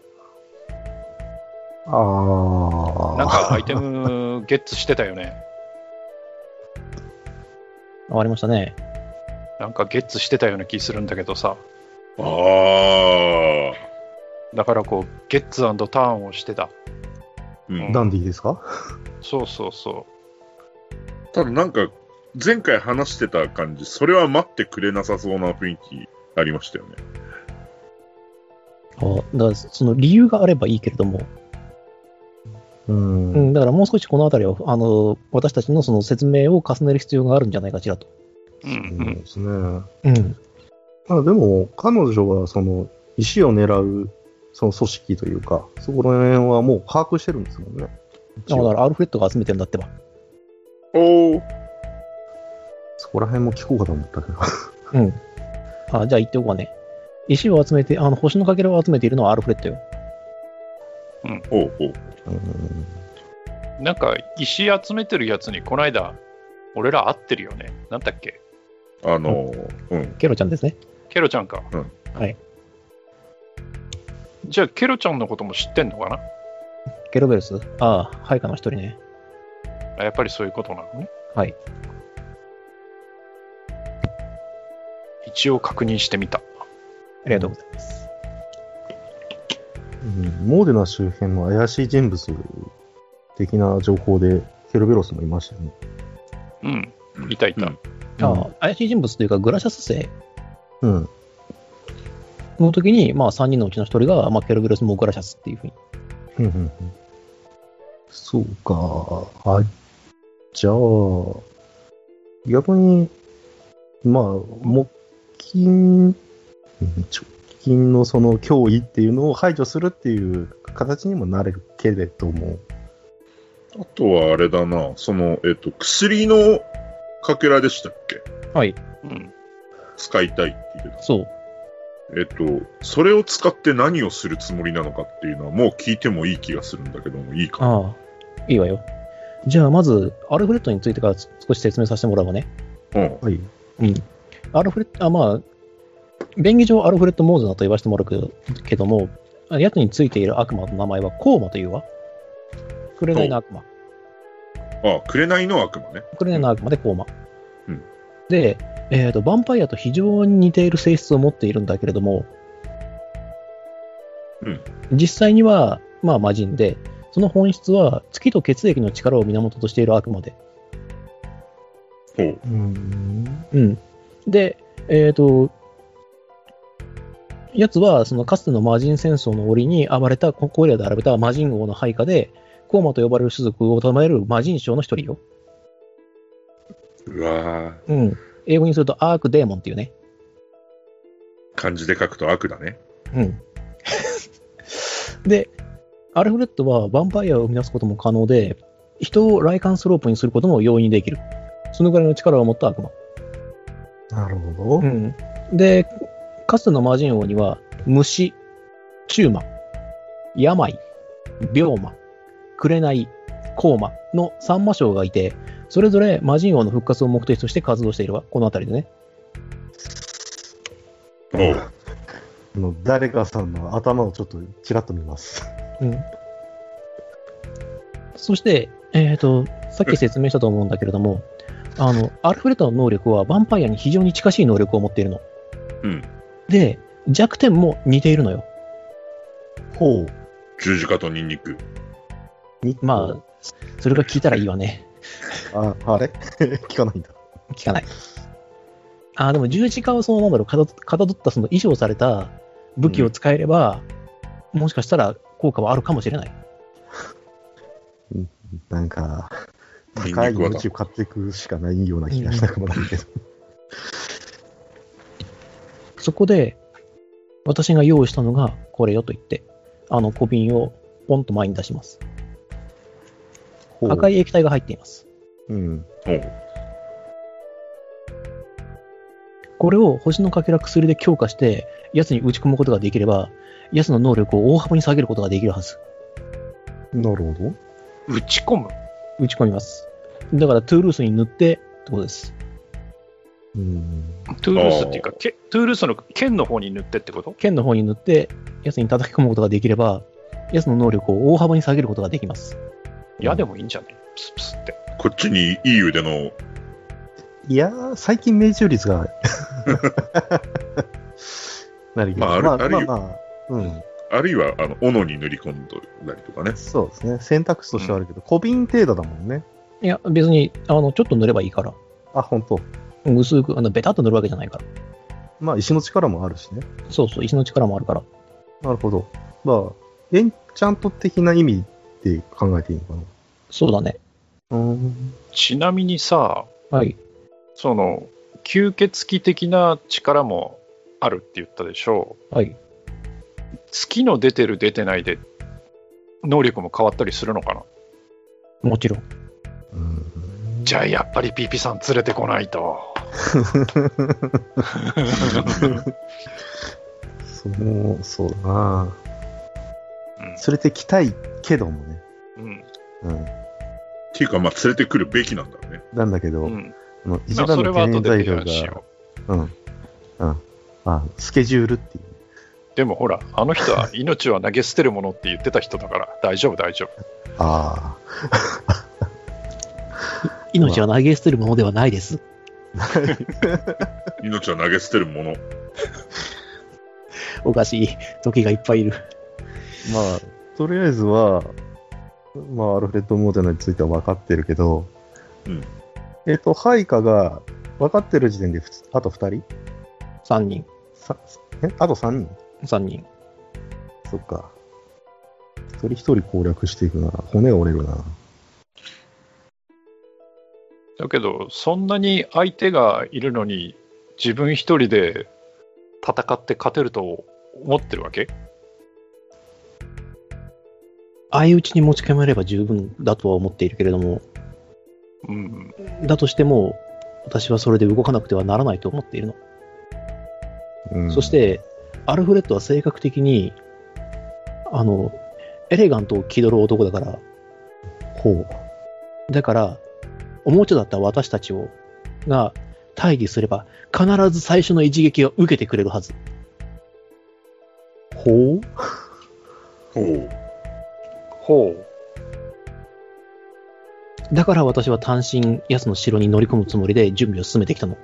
ああ。
なんかアイテムゲッツしてたよね。
わかりましたね。
なんかゲッツしてたような気するんだけどさ。
ああ。
だからこう、ゲッツターンをしてた。
うん、
ダンディーですか
そうそうそ
ただなんか、前回話してた感じ、それは待ってくれなさそうな雰囲気ありましたよね。
あだからその理由があればいいけれども、
うん
うん、だからもう少しこのあたりは、あの、私たちのその説明を重ねる必要があるんじゃないかしらと。
う。うん
そう
う
で
ん。
すね。
うん。
まあでも、彼女はその石を狙うその組織というか、そこら辺はもう把握してるんですもんね。一
だか
応
らアルフレッドが集めてるんだってば。
おお。
そこら辺も聞こうかと思ったけど。
うん。あじゃあ言っておくわね。石を集めて、あの、星のかけらを集めているのはアルフレッドよ。
おうおう。
うん
なんか石集めてるやつに、この間、俺ら会ってるよね。なんだっけ
あのー、うん。
ケロちゃんですね。
ケロちゃんか。
うん
はい。
じゃあ、ケロちゃんのことも知ってんのかな
ケロベルス。ああ、配下の一人ね。
あやっぱりそういうことなのね。
はい。
一応確認してみた。
ありがとうございます。
うんモーデナ周辺の怪しい人物的な情報で、ケルベロスもいましたよね。
うん。いたいた。
うん
あー怪しい人物というか、グラシャス生
うん。
の時に、まあ、3人のうちの1人が、まあ、ケルベロス・モグラシャスっていうふうに。
うんうんうんそうか。あ、じゃあ、逆に、まあ、木金、うん直近のその脅威っていうのを排除するっていう形にもなれるけれども、
あとはあれだな、その、えっ、と、薬のかけらでしたっけ
はい、
うん。
使いたいって言って
そう。
た。えっ、と、それを使って何をするつもりなのかっていうのはもう聞いてもいい気がするんだけども、いいか。
ああ、いいわよ。じゃあ、まず、アルフレッドについてからつ少し説明させてもらおうね。
うん。
はい。
うん。アルフレッド、あ、まあ、便宜上アルフレッド・モーズナと言わせてもらうけどけども、あ奴についている悪魔の名前はコーマというわ。紅の悪魔。
ああ、紅の悪魔ね。
紅の悪魔でコーマ。
うん
で、えっ、と、ヴァンパイアと非常に似ている性質を持っているんだけれども、
うん
実際には、まあ、魔人で、その本質は月と血液の力を源としている悪魔で、
ほう。
うん。
うん。で、えっ、と、やつは、そのかつての魔人戦争の折に暴れた、ココリアで暴れた魔人王の配下で、コーマと呼ばれる種族を称える魔人将の一人よ。
うわ
う
ぁ。
ん。英語にするとアークデーモンっていうね。
漢字で書くと悪だね。
うん。で、アルフレッドはヴァンパイアを生み出すことも可能で、人をライカンスロープにすることも容易にできる。そのぐらいの力を持った悪魔。
なるほど。
で、かつての魔人王には、虫、中魔、病、病魔、紅、降魔の三魔将がいて、それぞれ魔人王の復活を目的として活動しているわ。この辺りでね。
おう。
あの誰かさんの頭をちょっとちらっと見ます。
そして、えっ、と、さっき説明したと思うんだけれども、あの、アルフレッドの能力はヴァンパイアに非常に近しい能力を持っているの。
うん。
で、弱点も似ているのよ。
ほう。
十字架とニンニク。
まあ、それが聞いたらいいわね。
あ、あれ 聞かないんだ。
聞かない。あーでも十字架をそのなんだろうかたど、かたどったその衣装された武器を使えれば、もしかしたら効果はあるかもしれない。
なんか、
ニンニク
高
はい
命を買っていくしかないような気がしなくもないけど。
そこで、私が用意したのがこれよと言って、あの小瓶をポンと前に出します。
ほう
赤い液体が入っています。
うん。
おう。
これを星のかけら薬で強化して、奴に打ち込むことができれば、奴の能力を大幅に下げることができるはず。
なるほ
打ち込む。
打ち込みます。だからトゥールースに塗ってってことです。
ど。うん。
トゥールースっていうか、けトゥールースの剣の方に塗ってってこと
剣の方に塗って、奴に叩き込むことができれば、奴の能力を大幅に下げることができます。
いや、でもいいんじゃないプスプスって。
こっちにいい腕の、
いやー、最近命中率が。なるけど
まあある
まあ
ある
まあ
よ
まあ、うん。
あるいは、あの、斧に塗り込んだりとかね。
そうですね。選択肢としてはあるけど、小瓶程度だもんね。
いや、別に、あの、ちょっと塗ればいいから。
あ、本当。
薄く、あの、ベタっと塗るわけじゃないから。
まあ、石の力もあるしね。
そうそう、石の力もあるから。
なるほど。まあ、エンチャント的な意味って考えていいのかな。
そうだね。
うーん。
ちなみにさ、
はい。
その、吸血鬼的な力もあるって言ったでしょ
はい。
う。月の出てる出てないで、能力も変わったりするのかな
もちろん。
うん
じゃあやっぱりピーピーさん連れてこないと。
そう、そうだな
うん。
連れてきたいけどもね。
うん。
うん。
っていうか、まあ、連れてくるべきなんだろうね。
なんだけど、
うん。
あの一
まあ
番
それ
の
は
懸
後
念
で
材
提
料
案し
が、
よう。
うん。うん。まあ、スケジュールっていう。
でもほら、あの人は命は投げ捨てるものって言ってた人だから、大丈夫大丈夫。
あ
命は投げ捨てるものではないです。
命は投げ捨てるもの。
おかしい。時がいっぱいいる。
まあ、とりあえずは、まあ、アルフレッド・モーデナについては分かってるけど、
うん
えっ、と、配下が分かってる時点でふつ、あと2人
3人。
さえあと3人
3人。
そっか。一人一人攻略していくな。骨が折れるな。
だけど、そんなに相手がいるのに、自分一人で戦って勝てると思ってるわけ
相打ちに持ち込めれば十分だとは思っているけれども、
うん。
だとしても、私はそれで動かなくてはならないと思っているの。
うん、
そし、て、アルフレッドは性格的に、あの、エレガントを気取る男だから、
ほう。
だから、おもちゃだった私たちを、が、対義すれば、必ず最初の一撃を受けてくれるはず。
ほう
ほう。
ほう。
だから私は単身、奴の城に乗り込むつもりで準備を進めてきたの。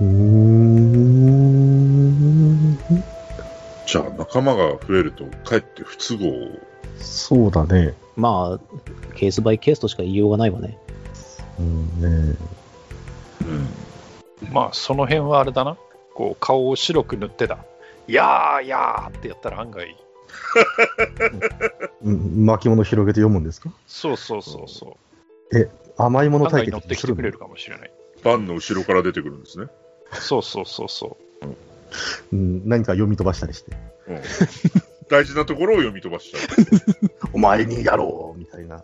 うーん。
じゃあ仲間が増えると、かえって不都合。
そうだね。
まあ、ケースバイケースとしか言いようがないわね。
うんね。
うん。
まあ、その辺はあれだな。こう、顔を白く塗ってだ。いやー、いやーってやったら案外、
うん巻物広げて読むんですか
そうそうそうそ
甘いも
う。
の
案外
対
乗っ
決
て
に
き
す
て
る
く
の
れるかもしれない。
バンの後ろから出てくるんですね。
そうそうそうそう。
うん、何か読み飛ばしたりして。
うん、大事なところを読み飛ばしちゃう。
お前にやろうみたいな。
うん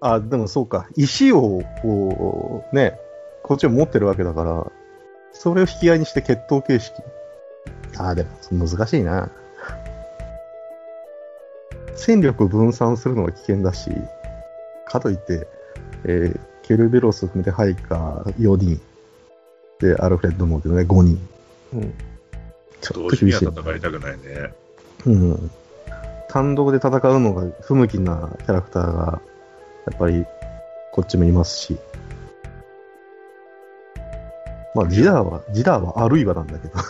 あ、でもそうか。石を、こう、ね、こっちを持ってるわけだから、それを引き合いにして決闘形式。あーでも難しいな。戦力を分散するのは危険だし、かといって、えーケルベロス含めてハイカー4人、で、アルフレッドもでね、5人。
うん。
ちょ
同
っと
時に
厳
は
しい
戦
ない
たくないね。
うん。単独で戦うのが不向きなキャラクターが、やっぱり、こっちもいますし。まあ、ジダーは、ジダーはあるいはなんだけど。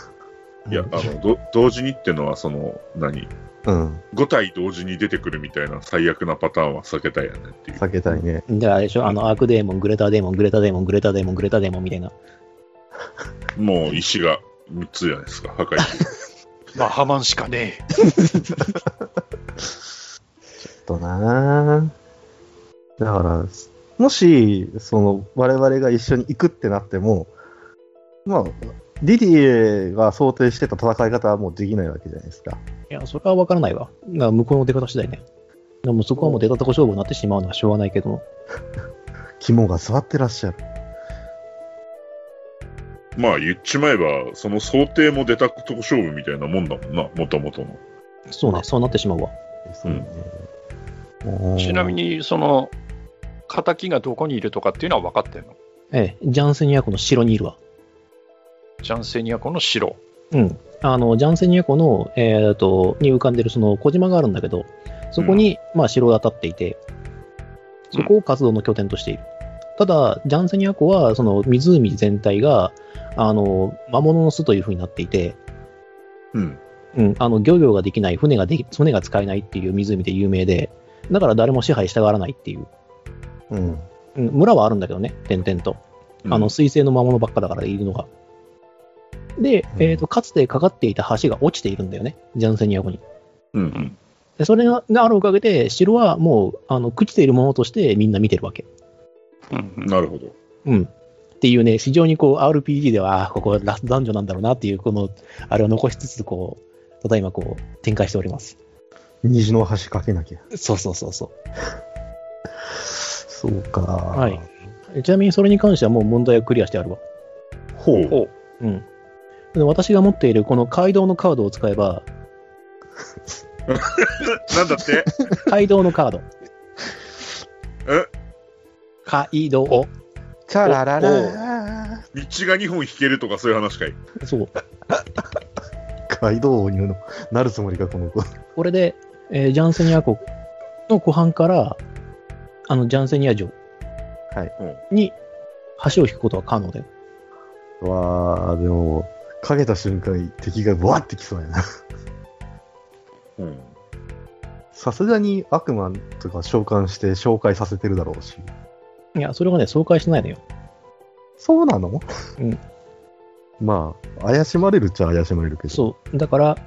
いや、あの、ど同時にってのは、その、何
うん。
?5 体同時に出てくるみたいな最悪なパターンは避けたいよねっていう。
避けたいね。
で、あれでしょ、あの、アークデーモン、グレターデーモン、グレターデーモン、グレターデーモン、グレターデーモンみたいな。
もう石が3つじゃないですか、破壊して。
まあ、ハマンしかねえ。
となぁだから、もし、その、我々が一緒に行くってなっても、まあ、リディエが想定してた戦い方はもうできないわけじゃないですか。
いや、それは分からないわ。だから向こうの出方次第ね。でもそこはもう出たとこ勝負になってしまうのはしょうがないけども。
肝が座ってらっしゃる。
まあ言っちまえば、その想定も出たとこ勝負みたいなもんだもんな、もともとの。
そうね、そうなってしまうわ。
そうね。おー
ちなみに、その、敵がどこにいるとかっていうのは分かってんの
ええ、ジャンセニア湖の城にいるわ。
ジャンセニア湖の城。
うん。あの、ジャンセニア湖の、えー、と、に浮かんでるその小島があるんだけど、そこに、まあ、城が立っていて、そこを活動の拠点としている。ただ、ジャンセニア湖は、その湖全体が、あの、魔物の巣という風になっていて、
うん。
うん、あの漁業ができない船ができ、船が使えないっていう湖で有名で、だから誰も支配したがらないっていう、
うん。
うん、村はあるんだけどね、点々と、あの、水星の魔物ばっかだからいるのが。で、
うん
えっとかつてかかっていた橋が落ちているんだよね、ジャンセニア湖に。
うん、う。
うんん
でそれががあるおかげで、城はもうあの朽ちているものとしてみんな見てるわけ。
うん
なるほど。
うん。っていうね、非常にこう RPG では、あーここラストダンジョンなんだろうなっていう、この、あれを残しつつ、こう、ただいまこう、展開しております。
虹の橋かけなきゃ。
そうそうそうそう。
そうか。
は。
はい
ちなみにそれに関してはもう問題はクリアしてあるわ。
ほう。
ほう。
うん。で私が持っているこの街道のカードを使え ば、
なんだって
街道のカード。
え
街道。
チャラララ
お
道が2本引けるとかそういう話かい。
そう。
カイドウにのなるつもりか、この子。
これで、えージャンセニア湖の湖畔から、あの、ジャンセニア城
はい
に、橋を引くことは可能だよ。
わあでも、かけた瞬間、敵がわーってきそうやな。
うん。
さすがに悪魔とか召喚して紹介させてるだろうし。
いや、それがね、爽快しないのよ。
そうなの
うん。
まあ、怪しまれるっちゃ怪しまれるけど。
そう。だから、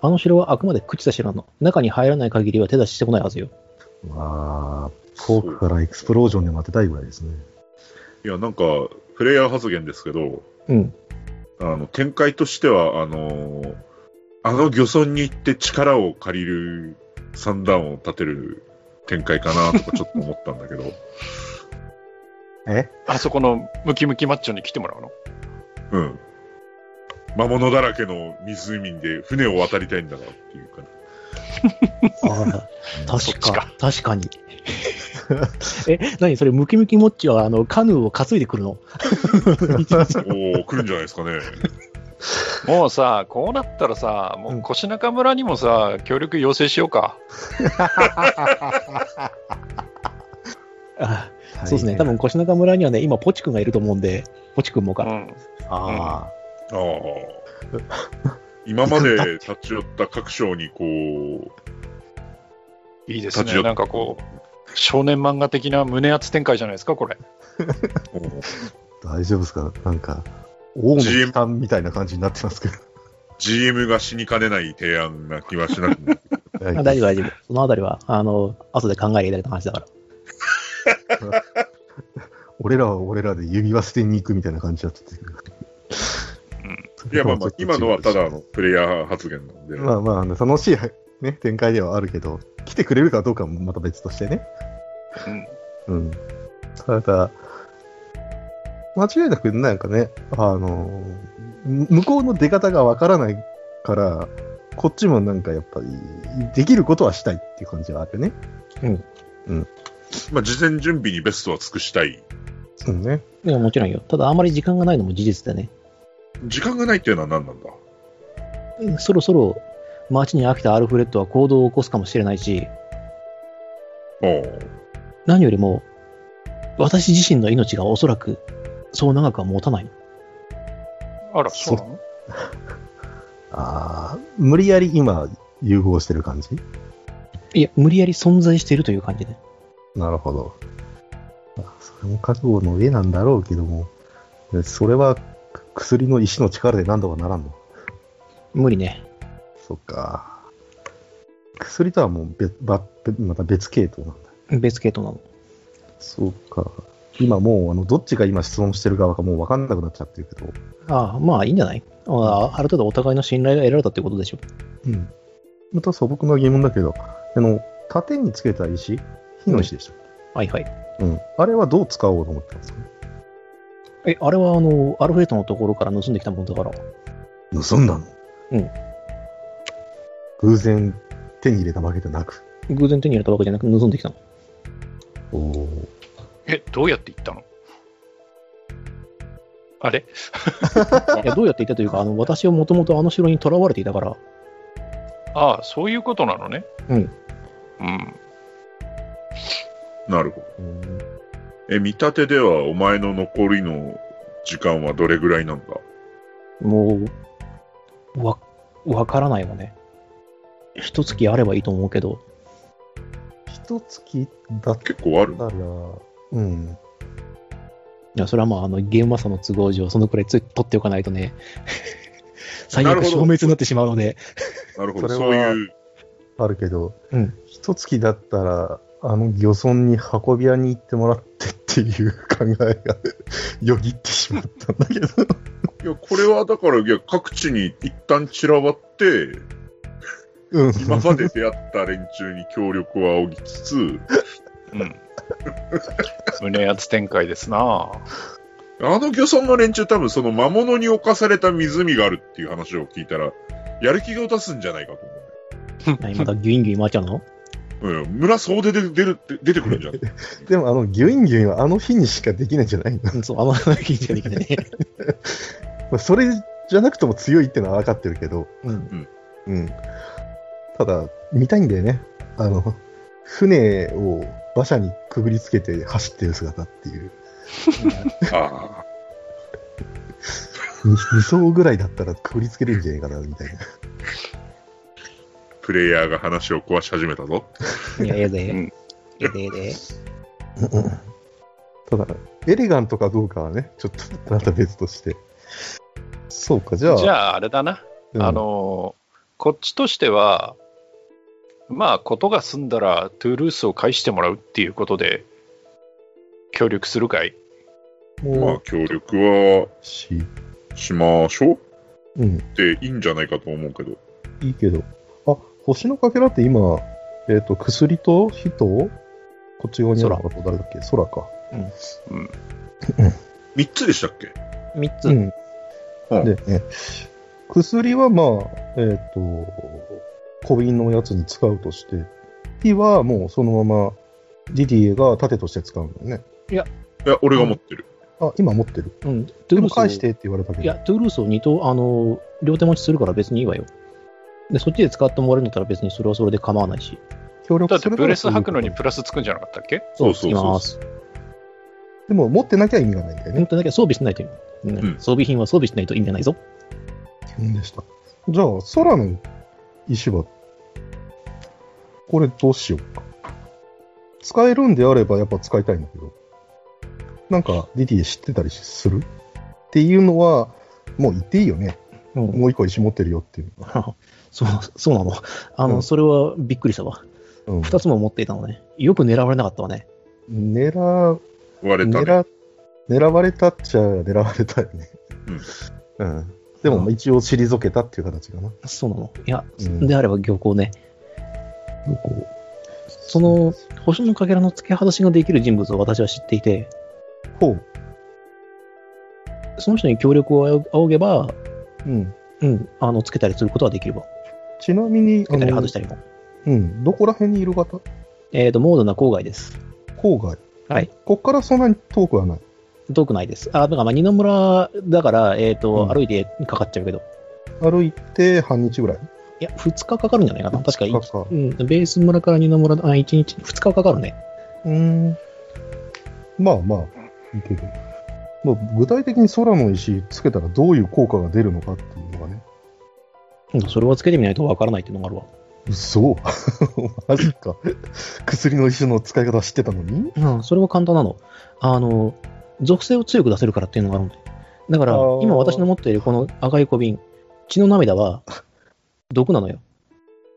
あの城はあくまで朽ちた城なの。中に入らない限りは手出ししてこないはずよ。
う。わあ遠くからエクスプロージョンでも当てたいぐらいですね。
いや、なんか、プレイヤー発言ですけど、
うん。
あの、展開としては、あのーあの漁村に行って力を借りる三段を立てる展開かなとかちょっと思ったんだけ ど、
え
あそこのムキムキマッチョに来てもらうの
うん。魔物だらけの湖で船を渡りたいんだなっていう感
ああ、
そっ
確
ち
か、確かに。 え、何それ、ムキムキモッチは、あの、カヌーを担いでくるの
じ。おー、来るんじゃないですか ね。
もうさ、こうなったらさ、もう腰中村にもさ、協力要請しようか。
あそうですね。多。分、腰中村にはね、今、ポチ君がいると思うんで、ポチ君も
う
か。
ん。
あ
ああ。今まで立ち寄った各省にこ
いいです
立ち寄
ね。
っ
なんかこう、少年漫画的な胸圧展開じゃないですか、これ。
う、おー
あ、大丈夫ですかなんか、王の悲嘆みたいな感じになってますけど。
GM が死にかねない提案な気は しなくも
大
あ大丈夫、大丈夫。そのあたりは、あの、後で考えていただいた話だから。
俺らは俺らで指輪捨てに行くみたいな感じだったっていう。
いや、まあまあ、今のはただのプレイヤー発言なんで。
まあまああの、楽しい、 ね、展開ではあるけど、来てくれるかどうかもまた別としてね。
うん。
うん。ただ、間違いなくなんかね、あの、む向こうの出方がわからないから、こっちもなんかやっぱり、できることはしたいっていう感じはあってね。
まあ、事前準備にベストは尽くしたい。
うんね。
いや、もちろんよ。ただ、あまり時間がないのも事実でね。
時間がないっていうのは何なんだ
うんそろそろ、街に飽きたアルフレッドは行動を起こすかもしれないし、
おう
何よりも、私自身の命がおそらく、そう長くは持たない。
あら、そうなの
ああ、無理やり今、融合してる感じ
いや、無理やり存在しているという感じで。
なるほど。まあそれも覚悟の上なんだろうけども、でそれはく薬の石の力で何とかならんの。
無理ね。
そっか。薬とはもう別ばまた別系統なんだ。
別系統なの。
そうか。今もう、あの、どっちが今質問してる側かもう分かんなくなっちゃってるけど。
ああ、まあいいんじゃないああある程度お互いの信頼が得られたということでしょ。
うん。また素朴な疑問だけど、あの、縦につけた石火の石でし
はいはい。
た。うん。あれはどう使おうと思ってますか
え、あれはあの、アルフレッドのところから盗んできたものだから。
盗んだの
うん。
偶然手に入れたわけじゃなく。
偶然手に入れたわけじゃなく盗んできたの。
おお。
え、どうやって行ったのあれ
いや、どうやっていたというか、あの、私はもともとあの城に囚われていたから、
ああ、そういうことなのね。
うん。
うん。
なるほど。え、見立てではお前の残りの時間はどれぐらいなんだ
もう、わ、わからないわね。一月あればいいと思うけど、
一月だった
結構ある
ら、うん。
いや、それはまあ、あの、ゲームマスターの都合上、そのくらいつ取っておかないとね、 最
なる
悪
ほど
消滅になってしまうの で、
なるほど。
それ
そう
は
いう、
あるけど、
うん
一月だったら、あの漁村に運び屋に行ってもらってっていう考えが よぎってしまったんだけど。
いや、これはだから、いや、各地に一旦散ら ばって、
うん。
今まで出会った連中に協力を仰ぎつつ、
うん。胸圧展開ですな
あの漁村の連中多分その魔物に侵された湖があるっていう話を聞いたら、やる気が出すんじゃないかと思う。
何またギュインギュイン回っちゃうの
うん、村総出で出るって、出てくるん じゃん。
でもあの、ギュインギュインはあの日にしかできないんじゃない
うんそう、あんまり気にしかできないね。
のそれじゃなくても強いってのは分かってるけど、
うん。
うん。ただ、見たいんだよね。あの、船を馬車にくぐりつけて走ってる姿っていう。
あ
2層ぐらいだったらくくりつけれるんじゃないかな、みたいな。
あ、プレイヤーが話を壊し始めたぞ。
いや、やで。
うん
やで、やで。
ただ、エレガントかどうかはね、ちょっとまた別として。そうか、じゃあ。
じゃあ、あれだな。
うん
あ、のーこっちとしては、まあ、ことが済んだら、トゥールースを返してもらうっていうことで、協力するかい
まあ
も、
協力は
う、し、
しましょう
うん、
っていいんじゃないかと思うけど。
いいけど。あ、星のかけらって今、えっ、と、薬と火と、こっち側にあるのが誰だっけ空か。
3つでしたっけ
三つ。
うん。
うん
で、ね、薬はまあ、えっ、と、小瓶のやつに使うとして、火はもうそのまま、リディエが盾として使うんだよね。
いや、俺が持ってる。
あ、今持ってる。
うん。トゥ
で
ール
も
ースを
返してって言われたけど。
いや、トゥールースを二刀、あの、両手持ちするから別にいいわよ。で、そっちで使ってもらえるんだったら別にそれはそれで構わないし。
協
だ
力
っ
す
て、
る
ブレス
なら
吐くのにプラスつくんじゃなかったっけ
そうそうそう
います。
でも持ってなきゃ意味がないんだよ
本
ね。
当だけ装備しないと、うん
ん
装備品は装備しないと意味がないぞ。
基本でした。じゃあ、空の石は、これどうしようか。使えるんであればやっぱ使いたいんだけど。なんか、ディディ知ってたりするっていうのは、もう言っていいよね。
うん、
もう一個石持ってるよっていう。
そう、そうなの。あの、
うん
それはびっくりしたわ。
うん、
二つも持っていたのね。よく狙われなかったわね。
狙、
割れたね。
狙、狙われたっちゃ狙われたよね。うん。でも、一応退けたっていう形かな。
そうなの。いや、
うん
であれば漁港ね。
こう
その、星のかけらの付け外しができる人物を私は知っていて、
ほう。
その人に協力を仰げば、
うん。
うん、あの、つけたりすることはできれば。
ちなみに、
つけたり外した
あ
りも。
のうん。どこら辺にいる方
えっ、と、モードな郊外です。
郊外。
はい。
こっからそんなに遠くはない。
遠くないです。あ、だからまあ、二の村だから、えっ、と、
うん
歩いてかかっちゃうけど。
歩いて半日ぐらい。
いや、2日かかるんじゃないかな。確か
二日か
うん、ベース村から二の村、あ、1日、2日かかるね。
うーん。まあまあ、いいけど。まあ、具体的に空の石つけたらどういう効果が出るのかっていうのがね。
うんそれはつけてみないとわからないっていうのがあるわ。
嘘 マジか。薬の石の使い方知ってたのに
うん、それは簡単なの。あの、属性を強く出せるからっていうのがあるんだよ。だから
あー、
今私の持っているこの赤い小瓶、血の涙は、毒なのよ。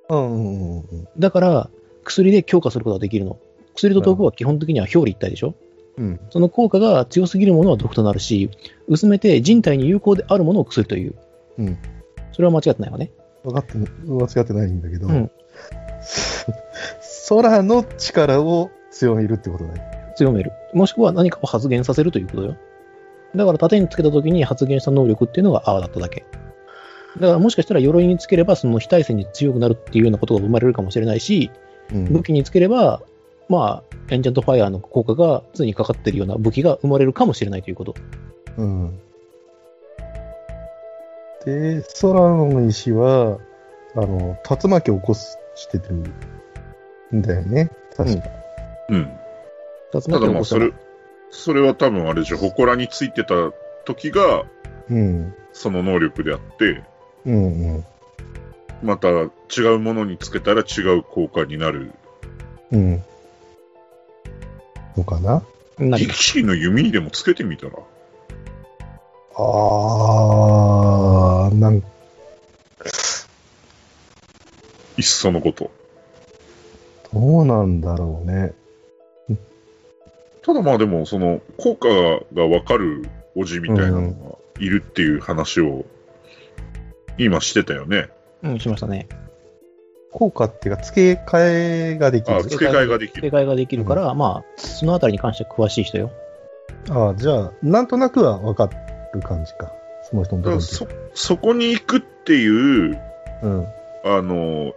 うんうんうんうん。
だから、薬で強化することができるの。薬と毒は基本的には表裏一体でしょ
うん。
その効果が強すぎるものは毒となるし、薄めて人体に有効であるものを薬という。
うん
それは間違ってないわね。
分かって、間違ってないんだけど、
うん
空の力を強めるってことだね。
強める。もしくは何かを発現させるということよ。だから盾につけた時に発現した能力っていうのが泡だっただけ。だからもしかしたら鎧につければその非対戦に強くなるっていうようなことが生まれるかもしれないし、
うん
武器につければ、まあ、エンチャントファイアーの効果が常にかかってるような武器が生まれるかもしれないということ。
うん。で、空の石は、あの、竜巻を起こす、してるんだよね。確か。
うん。
二つ目
た
の
だま
こ
あ、
と
そ
は
れ、それは多分あれでしょ、祠についてた時が、
うん。
その能力であって、
うんうん。
また違うものにつけたら違う効果になる。
うん。のかな
なり
力士の弓にでもつけてみたら。
あー、なん
いっそのこと。
どうなんだろうね。
ただまあでも、その、効果がわかるおじみたいなのがいるっていう話を、今してたよね。
うん、しましたね。
効果っていうか、付け替えができ
あ
る。
付け替えができ
正
る。
解ができるから、まあ、そのあたりに関しては詳しい人よ。
ああ、じゃあ、なんとなくは分かる感じか。その人の
だ
と
か
ころ
らそ、そこに行くっていう、
に。
あの、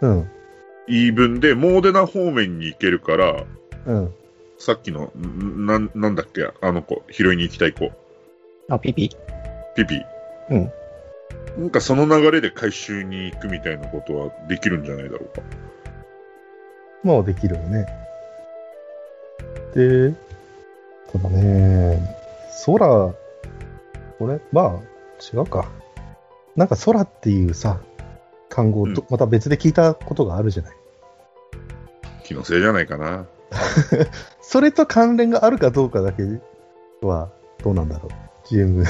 うん。うん。
言い分で、モーデナ方面に行けるから、
うん。
さっきの、んなん、なんだっけ、あの子、拾いに行きたい子、
あ、ピピ。
ピピ。
うん。
なんかその流れで回収に行くみたいなことはできるんじゃないだろうか。
まあできるよね。で、ただね、空、これ、まあ、違うか。なんか空っていうさ、単語をど
うん
また別で聞いたことがあるじゃない。
気のせいじゃないかな。
それと関連があるかどうかだけは、どうなんだろう。GM。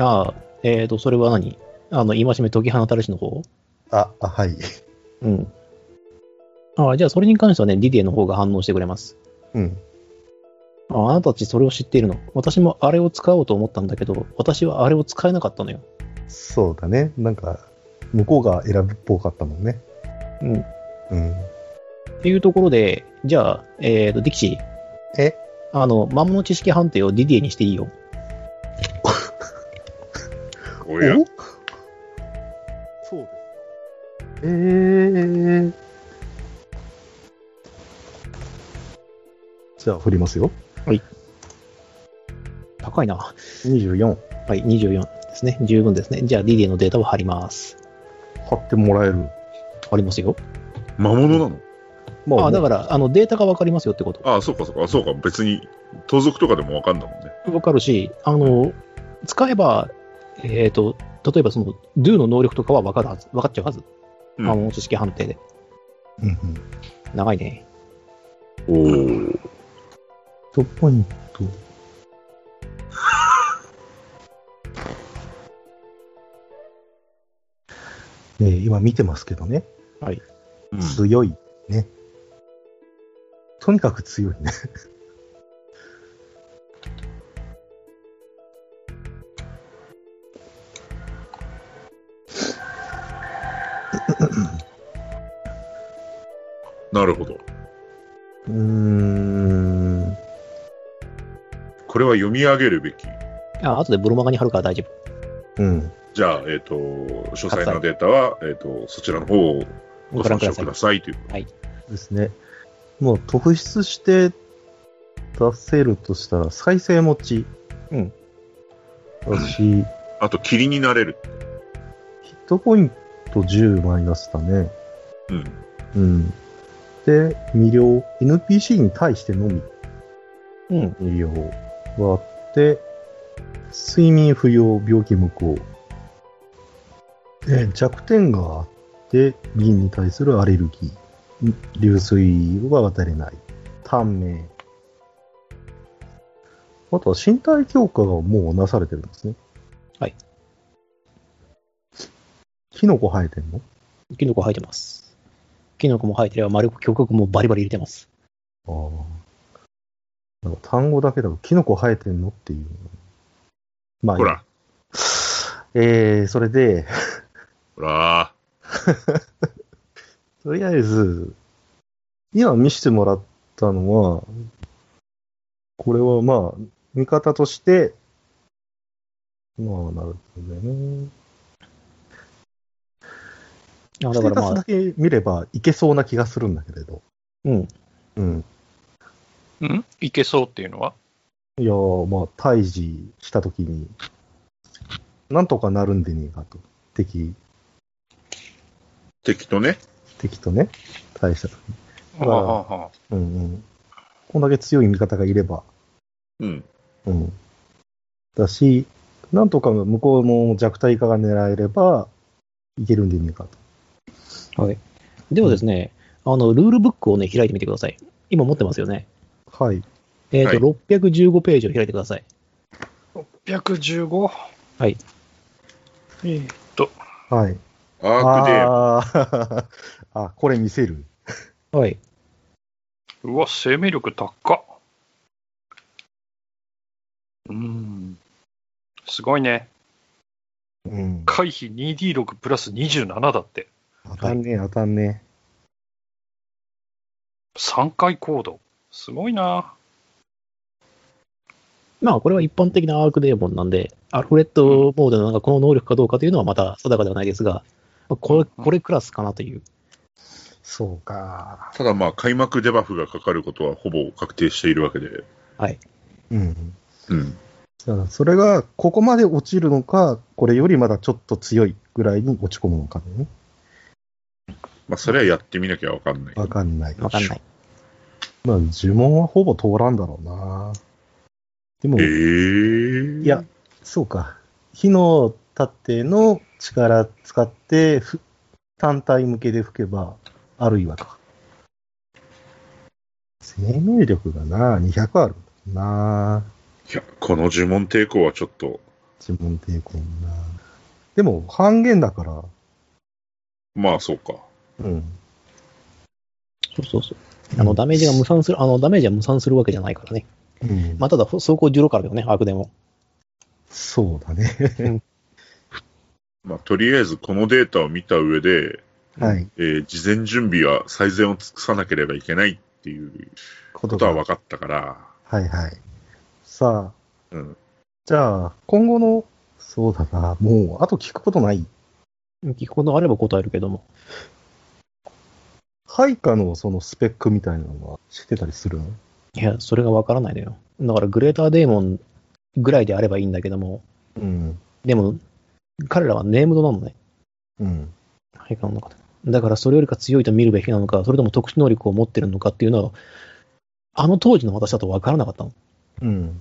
ああ、えっ、と、それは何あの、今しめ解き放たれしの方
あ、あ、はい。
うん。ああ、じゃあそれに関してはね、リディエの方が反応してくれます。
うん。
ああなたたちそれを知っているの。私もあれを使おうと思ったんだけど、私はあれを使えなかったのよ。
そうだね。なんか、向こうが選ぶっぽかったもんね。
うん。
うん。
っていうところで、じゃあ、えっ、と、ディキシー。
え
あの、魔物知識判定をディディエにしていいよ。
おや
おそうです。えー。じゃあ、振りますよ。
高いな。
24。
はい、24ですね。十分ですね。じゃあ、ディディエのデータを貼ります。
貼ってもらえる。
貼りますよ。
魔物なの
ま
ああ、だから、あの、データがわかりますよってこと。
ああ、そうかそうか、あそうか、別に、盗賊とかでもわかんだもんね。
わかるし、あの、使えば、えっ、と、例えばその、do の能力とかはわかるはず、わかっちゃうはず。
うん
あの、知識判定で。
うんうん。
長いね。
お
1ポイント。 えー今見てますけどね。
お。
強いね。とにかく強いね。
なるほど。
うーん。
これは読み上げるべき。
あ、後でブロマガに貼るから大丈
うん。
じゃあ、えっ、と、詳細なデータは、えっ、と、そちらの方を
夫。
ご
ご覧
参
くだ
照
さい
くだ。さいという。
ですね。もう特筆して出せるとしたら、再生持ち。
うん。
私、
あと、霧になれる。
ヒットポイント10マイナスだね。
うん。
うん。で、未了、NPC に対してのみ
うん。
未了があって、睡眠不要、病気無効。で、弱点があって、銀に対するアレルギー。ん流水は渡れない。短命。あとは身体強化がもうなされてるんですね。
はい。
キノコ生えてんの
キノコ生えてます。キノコも生えてれば、丸く峡谷もバリバリ入れてます。
ああ。なんか単語だけだと、キノコ生えてんのっていう。まあ、
ほら、
えー、それで、
ほら、
とりあえず、今見せてもらったのは、これはまあ、見方として、まあ、なるほどね。
あだか
ステー
ら
タ
ま
スだ
あ、
け見ればいけそうな気がするんだけれど。
うん。
うん。
んいけそうっていうのはい
やー、まあ、退治したときに、なんとかなるんでねえかと。敵、
敵とね。
敵とね、対したときに。
は
あ
あはあはあ
うんうん。こんだけ強い味方がいれば、
うん。
うん。だし、なんとか向こうの弱体化が狙えれば、いけるんでねえかと。
ではですね、あの、ルールブックをね、開いてみてください。今持ってますよね。
はい。
えっ、
はい
と、615ページを開いてください。
615
はい
えーっと
はい。
アークデーム。
あー あ、これ見せる。
はい。
うわ生命力高っうーんすごいね
うん。
回避 2D6 プラス27だって
当たんねえ、当たんね
3回行動すごいな
まあ、これは一般的なアークデーモンなんで、アルフレッドモードのなんかこの能力かどうかというのはまた定かではないですが、まあこれ、これクラスかなという。
え。そうか。
ただまあ、開幕デバフがかかることはほぼ確定しているわけで。
うん。
うん。
だからそれが、ここまで落ちるのか、これよりまだちょっと強いぐらいに落ち込むのかね。
まあ、それはやってみなきゃわかんない。
わかんない。
わかんない。
まあ、呪文はほぼ通らんだろうな。でも、
えー、
いや、そうか。火の盾の力使って、ふ単体向けで吹けば、あるいはか。生命力がな、200あるんだな。
いや、この呪文抵抗はちょっと、
自分抵抗もな。でも、半減だから、
まあそうか。
うん。
そうそうそう。あの、ダメージが無産する、あの、ダメージは無産するわけじゃないからね。
うん、
まあ、ただ、走行16からだよね、悪でも。
そうだね。
まあとりあえずこのデータを見た上で、
はい。
えー事前準備は最善を尽くさなければいけないっていう
こ
ことは分かったから、
はいはい。さあ、
うん。
じゃあ、今後の、そうだな、もう、あと聞くことない。
聞くことあれば答えるけども。
配下のそのスペックみたいなのは知ってたりするの
いや、それがわからないのよ。だから、グレーターデーモンぐらいであればいいんだけども、
うん。
でも、彼らはネームドなのね。
うん。
配下の中で。だから、それよりか強いと見るべきなのか、それとも特殊能力を持ってるのかっていうのは、あの当時の私だとわからなかったの。
うん。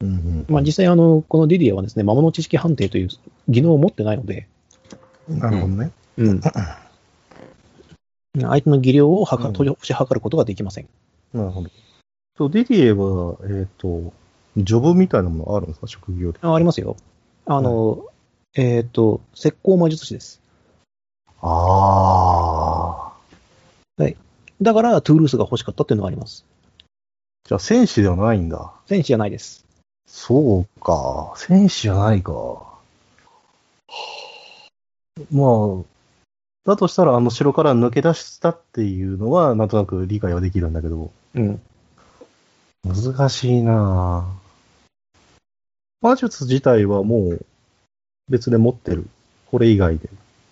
うん、うん。
まあ、実際、あの、このディディアはですね、魔物知識判定という技能を持ってないので、
なるほどね。
うん。相手の技量をはか、
うん
とし測ることができません。
なるほど。と、ディディエは、えっ、と、ジョブみたいなものあるんですか職業で。
あありますよ。あの、えっ、と、石膏魔術師です。
ああ。
だから、トゥールースが欲しかったっていうのがあります。
じゃあ、戦士ではないんだ。
戦士じゃないです。
そうか。戦士じゃないか。まあ、だとしたら、あの城から抜け出したっていうのは、なんとなく理解はできるんだけど、
うん。
難しいなぁ魔術自体はもう、別で持ってる。これ以外で。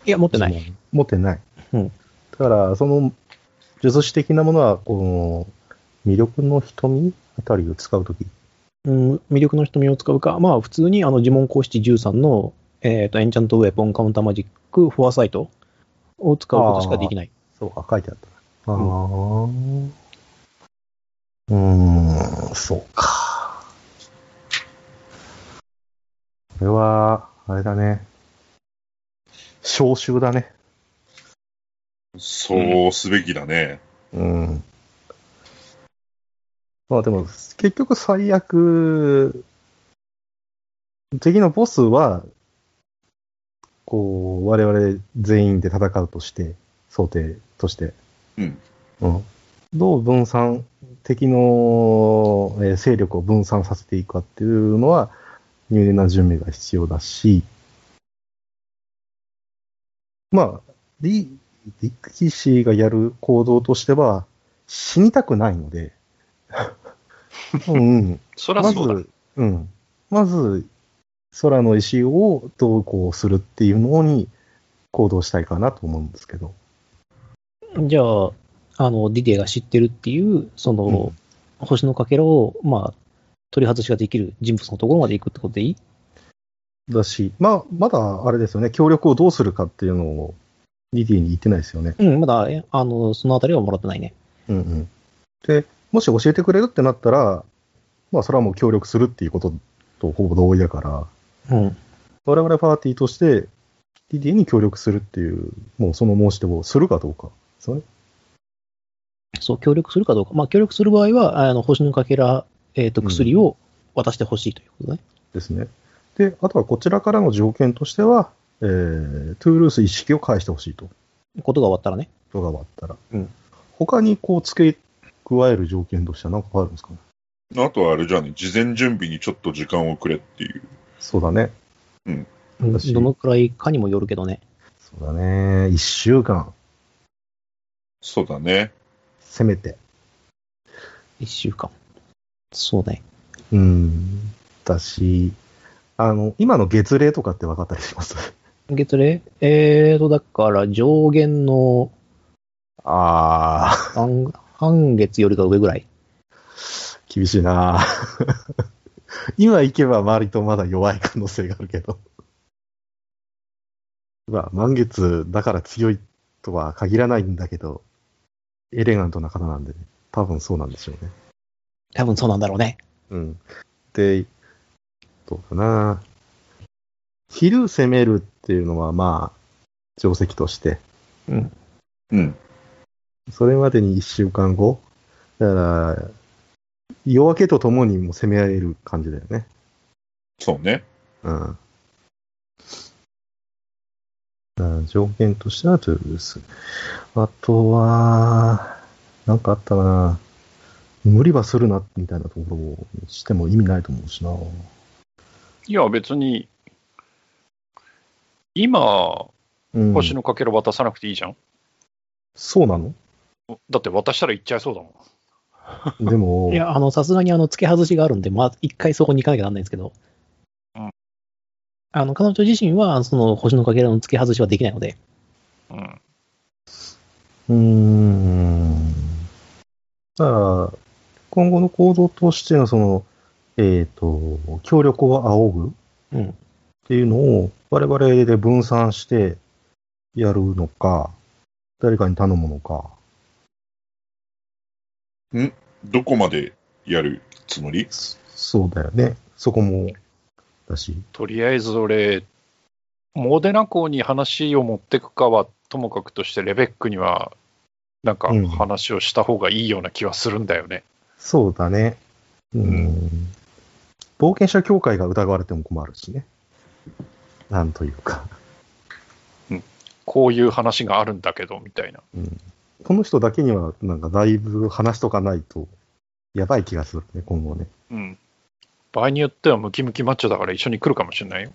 いや、持ってない。。
持ってない。
うん
だから、その、術師的なものは、この、魅力の瞳あたりを使うとき。
うん、魅力の瞳を使うか、まあ、普通に、あの、呪文公式13の、えっ、と、エンチャントウェポン、カウンターマジック、フォアサイトを使うことしかできない。
そうか、書いてあったな。ああ。うーん、そうか。これは、あれだね。召集だね。
そうすべきだね。
うん。まあでも、結局最悪、敵のボスは、こう、我々全員で戦うとして、想定として。
うん。
うん。どう分散、敵の、えー勢力を分散させていくかっていうのは、入念な準備が必要だし、まあ、リ力士がやる行動としては、死にたくないの で、うん、
そりゃ
ま
そうだ。
ず、うん、まず、空の石をどうこうするっていうのに行動したいかなと思うんですけど。
じゃあ、あの、ディディアが知ってるっていう、その、星のかけらを、まあ、取り外しができる人物のところまで行くってことでいい
だし、まあ、まだあれですよね、協力をどうするかっていうのを、リディに言ってないですよね。
うん、まだ、えあの、そのあたりはもらってないね。
うんうん。で、もし教えてくれるってなったら、まあ、それはもう協力するっていうこととほぼ同意だから、
うん。
我々パーティーとして、ディディに協力するっていう、もうその申し出をするかどうかですね。
そう、協力するかどうか。まあ、協力する場合は、あの、星のかけら、えっ、と、
うん
薬を渡してほしいということね。
ですね。で、あとはこちらからの条件としては、えー、トゥールース一式を返してほしいと、
ことが終わったらね。
人が終わったら。
うん
他にこう付け加える条件としては何かあるんですかね。
あとはあれじゃあね、事前準備にちょっと時間をくれっていう。
そうだね。
うん
私
どのくらいかにもよるけどね。
そうだね。一週間、
そうだね。
せめて。
1週間。そうね。
うん。だし、あの、今の月齢とかって分かったりします
月例えーと、だから、上限の
ああ、
半半月よりか上ぐらい。
厳しいな 今行けば周りとまだ弱い可能性があるけど。まあ、満月だから強いとは限らないんだけど、エレガントな方なんで、多分そうなんでしょうね。
多分そうなんだろうね。
うん。で、どうかな。昼攻めるっていうのは、まあ、定石として。
うん。
それまでに1週間後。だから、夜明けとともにも攻められる感じだよね。
そうね。
うん。だから条件としてはトゥールース。あとは、なんかあったかな。無理はするな、みたいなところをしても意味ないと思うしな。
いや、別に、今、
うん、
星のかけら渡さなくていいじゃん。
そうなの
だって渡したら行っちゃいそうだもん。
で も
い、や、あの、さすがにあの、付け外しがあるんで、まあ、一回そこに行かなきゃなんないんですけど。
うん
あの、彼女自身は、その、星のかけらの付け外しはできないので、
うん。
うーん。だから、今後の行動としての、その、えっ、と、協力を仰ぐっ
うん。
ていうのを、我々で分散してやるのか、誰かに頼むのか。
どこまでやるつもり
そそうだよね。そこも、だし。
とりあえず俺、モデナ校に話を持ってくかはともかくとして、レベックには、なんか
うん
話をした方がいいような気はするんだよね。
そうだね。うん。
う
冒険者協会が疑われても困るしね。なんというか。
こういう話があるんだけど、みたいな。
うんこの人だけには、なんかだいぶ話しとかないと、やばい気がするね、今後ね。
うん。場合によってはムキムキマッチョだから一緒に来るかもしれないよ。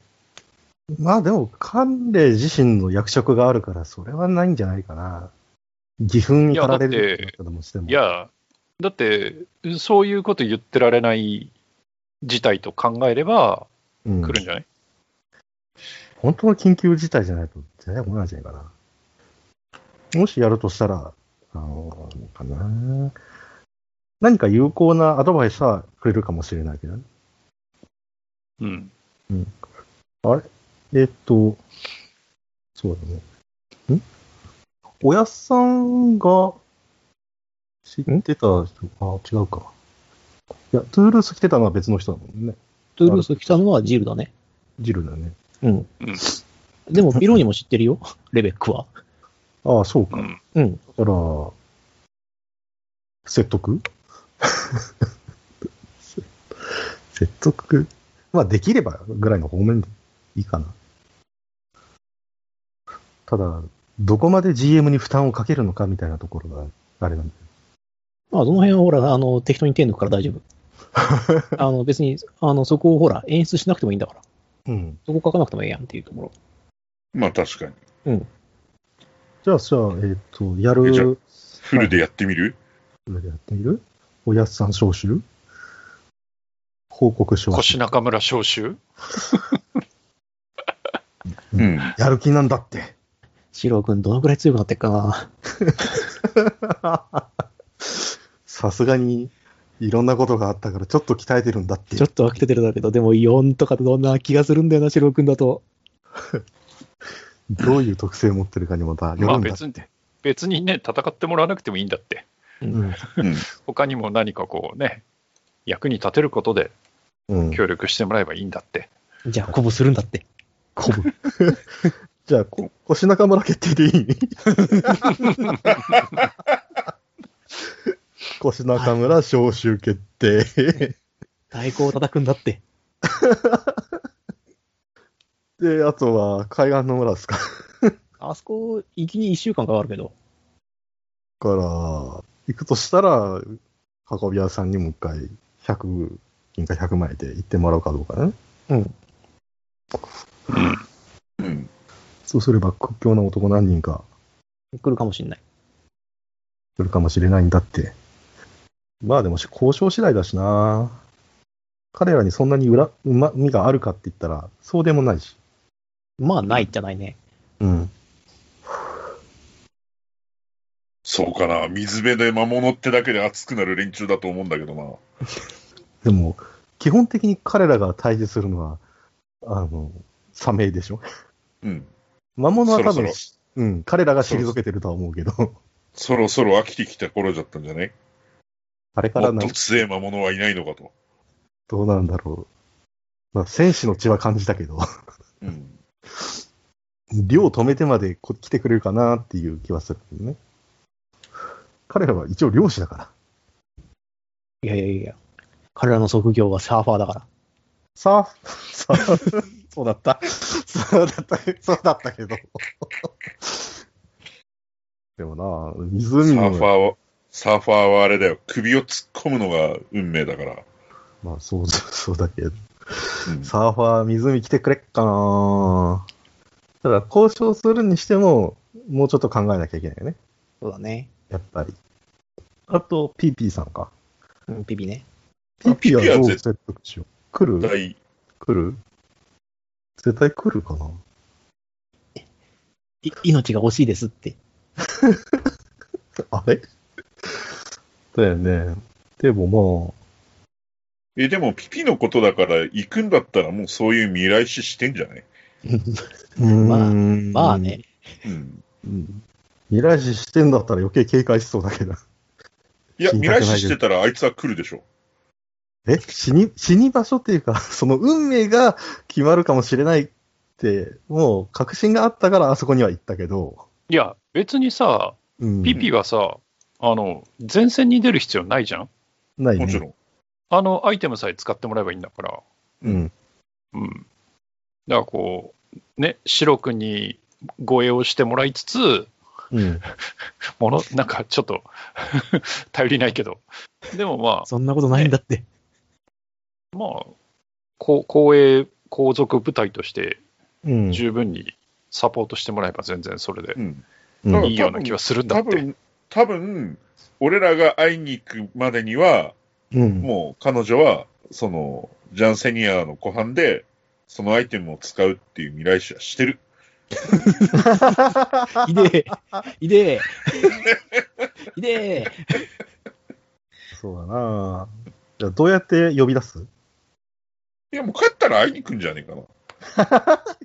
まあでも、関連自身の役職があるから、それはないんじゃないかな。義憤に駆られる
いやだって
ってなったともしても。
いや、だって、そういうこと言ってられない事態と考えれば
うん、
来るんじゃない、
本当の緊急事態じゃないと、絶対来ないんじゃないかな。もしやるとしたら、あの、かな。何か有効なアドバイスはくれるかもしれないけどね。
うん。
えっと、そうだね。んおやっさんが知ってた人、あ、違うか。いや、トゥールース来てたのは別の人だもんね。
トゥールース来たのはジルだね。
ジルだよね。
うん
うん。
でも、ピローニも知ってるよ、 レベックは。
ああ、そうか。
う
だか
ん。
うん。
ら、説得 説得。まあ、できればぐらいの方面でいいかな。ただ、どこまで GM に負担をかけるのかみたいなところが、あれなんだよね
まあ、その辺はほら、あの、適当に手抜くから大丈夫。 あの、別に、あの、そこをほら、演出しなくてもいいんだから。
うん。
そこ書かなくてもええやんっていうところ。
まあ確かに。
じゃあ、じゃあ、えっ、と、や
えじゃあ
る、
フルでやってみる、
やってみるおやっさん招集報告書
腰中村召
は
集
うん。
やる気なんだって。
シロー君、どのくらい強くなってっかな。
さすがに、いろんなことがあったから、ちょっと鍛えてるんだって。
ちょっと飽きててるだけど、でも4とかどんな気がするんだよな、シロー君だと。
どういう特性を持ってるかにまたよ
まあ
るんだ。
別に、別にね、戦ってもらわなくてもいいんだって。
うん
うん。
他にも何かこうね、役に立てることで
うん。
協力してもらえばいいんだって。
じゃあ、鼓舞するんだって。
こぶじゃあ、こ腰中村決定でい い腰中村招集決定。
太鼓を叩くんだって。
で、あとは、海岸の村ですか。
あそこ、行きに1週間かかるけど。
から、行くとしたら、運び屋さんにもう一回、100、銀貨100枚で行ってもらうかどうかね。
うん。
そうすれば、屈強な男何人か
来るかもしんない。
来るかもしれないんだって。まあでも、交渉次第だしな彼らにそんなに裏、うまみがあるかって言ったら、そうでもないし。
まあ、ないじゃないね。
うん。
そうかな。水辺で魔物ってだけで熱くなる連中だと思うんだけどな。
でも、基本的に彼らが対峙するのは、あの、サメでしょ。
うん。
魔物は多分、
そろ
うん、彼らが退けてるとは思うけど。
そろそろ飽きてきた頃だったんじゃない
あれか
も
ら
っ
な
と強い魔物はいないのかと。
どうなんだろう。まあ、戦士の血は感じたけど、
うん。
量止めてまでこ来てくれるかなっていう気はするけどね。彼らは一応漁師だから。
いやいやいや。彼らの職業はサーファーだから。
サー フ、サーフ、そうだった。そうだった、そうだったけど。でもな、
サ
湖
ーファー
の、
は、サーファーはあれだよ。首を突っ込むのが運命だから。
まあそう、そうだけど、
うん
サーファー、湖来てくれっかなただ、交渉するにしても、もうちょっと考えなきゃいけないよね。
そうだね。
やっぱり。あと、ピーピーさんか。
うん、ピピね。
ピーピー
ピーピー
は
は
どう
絶
説得しよう。来る
第
来る絶対来るかない
命が惜しいですって。
あれ だよね。でも
え、でもピピのことだから行くんだったらもうそういう未来視してんじゃない
まあ、
まあ
うーん
まあね。
うん。
うん未来視してんだったら余計警戒しそうだけど。
いや、
死に
未
たくない
来視してたらあいつは来るでしょ。
え死に、死に場所っていうか、 その運命が決まるかもしれないって、もう確信があったからあそこには行ったけど。
いや、別にさ、
うん、
ピピはさ、あの、前線に出る必要ないじゃん
ないね。
もちろん。
あの、アイテムさえ使ってもらえばいいんだから。
うん。
うん。だからこう、ね、シロ君に護衛をしてもらいつつ、
うん。
もの、なんかちょっと、 頼りないけど。でもま
そんなことないんだ って。
あ、まあ、こう公営皇族部隊として
うん。
十分にサポートしてもらえば全然それで
うん。
うん
いいような気はするんだ
多
って。
分、多分、俺らが会いに行くまでには、
うん。
もう彼女は、その、ジャンセニアの湖畔で、そのアイテムを使うっていう未来視はしてる。
いで え。いでえ。いでえ。
そうだなじゃあどうやって呼び出す
いや、もう帰ったら会いに行くんじゃねえかな。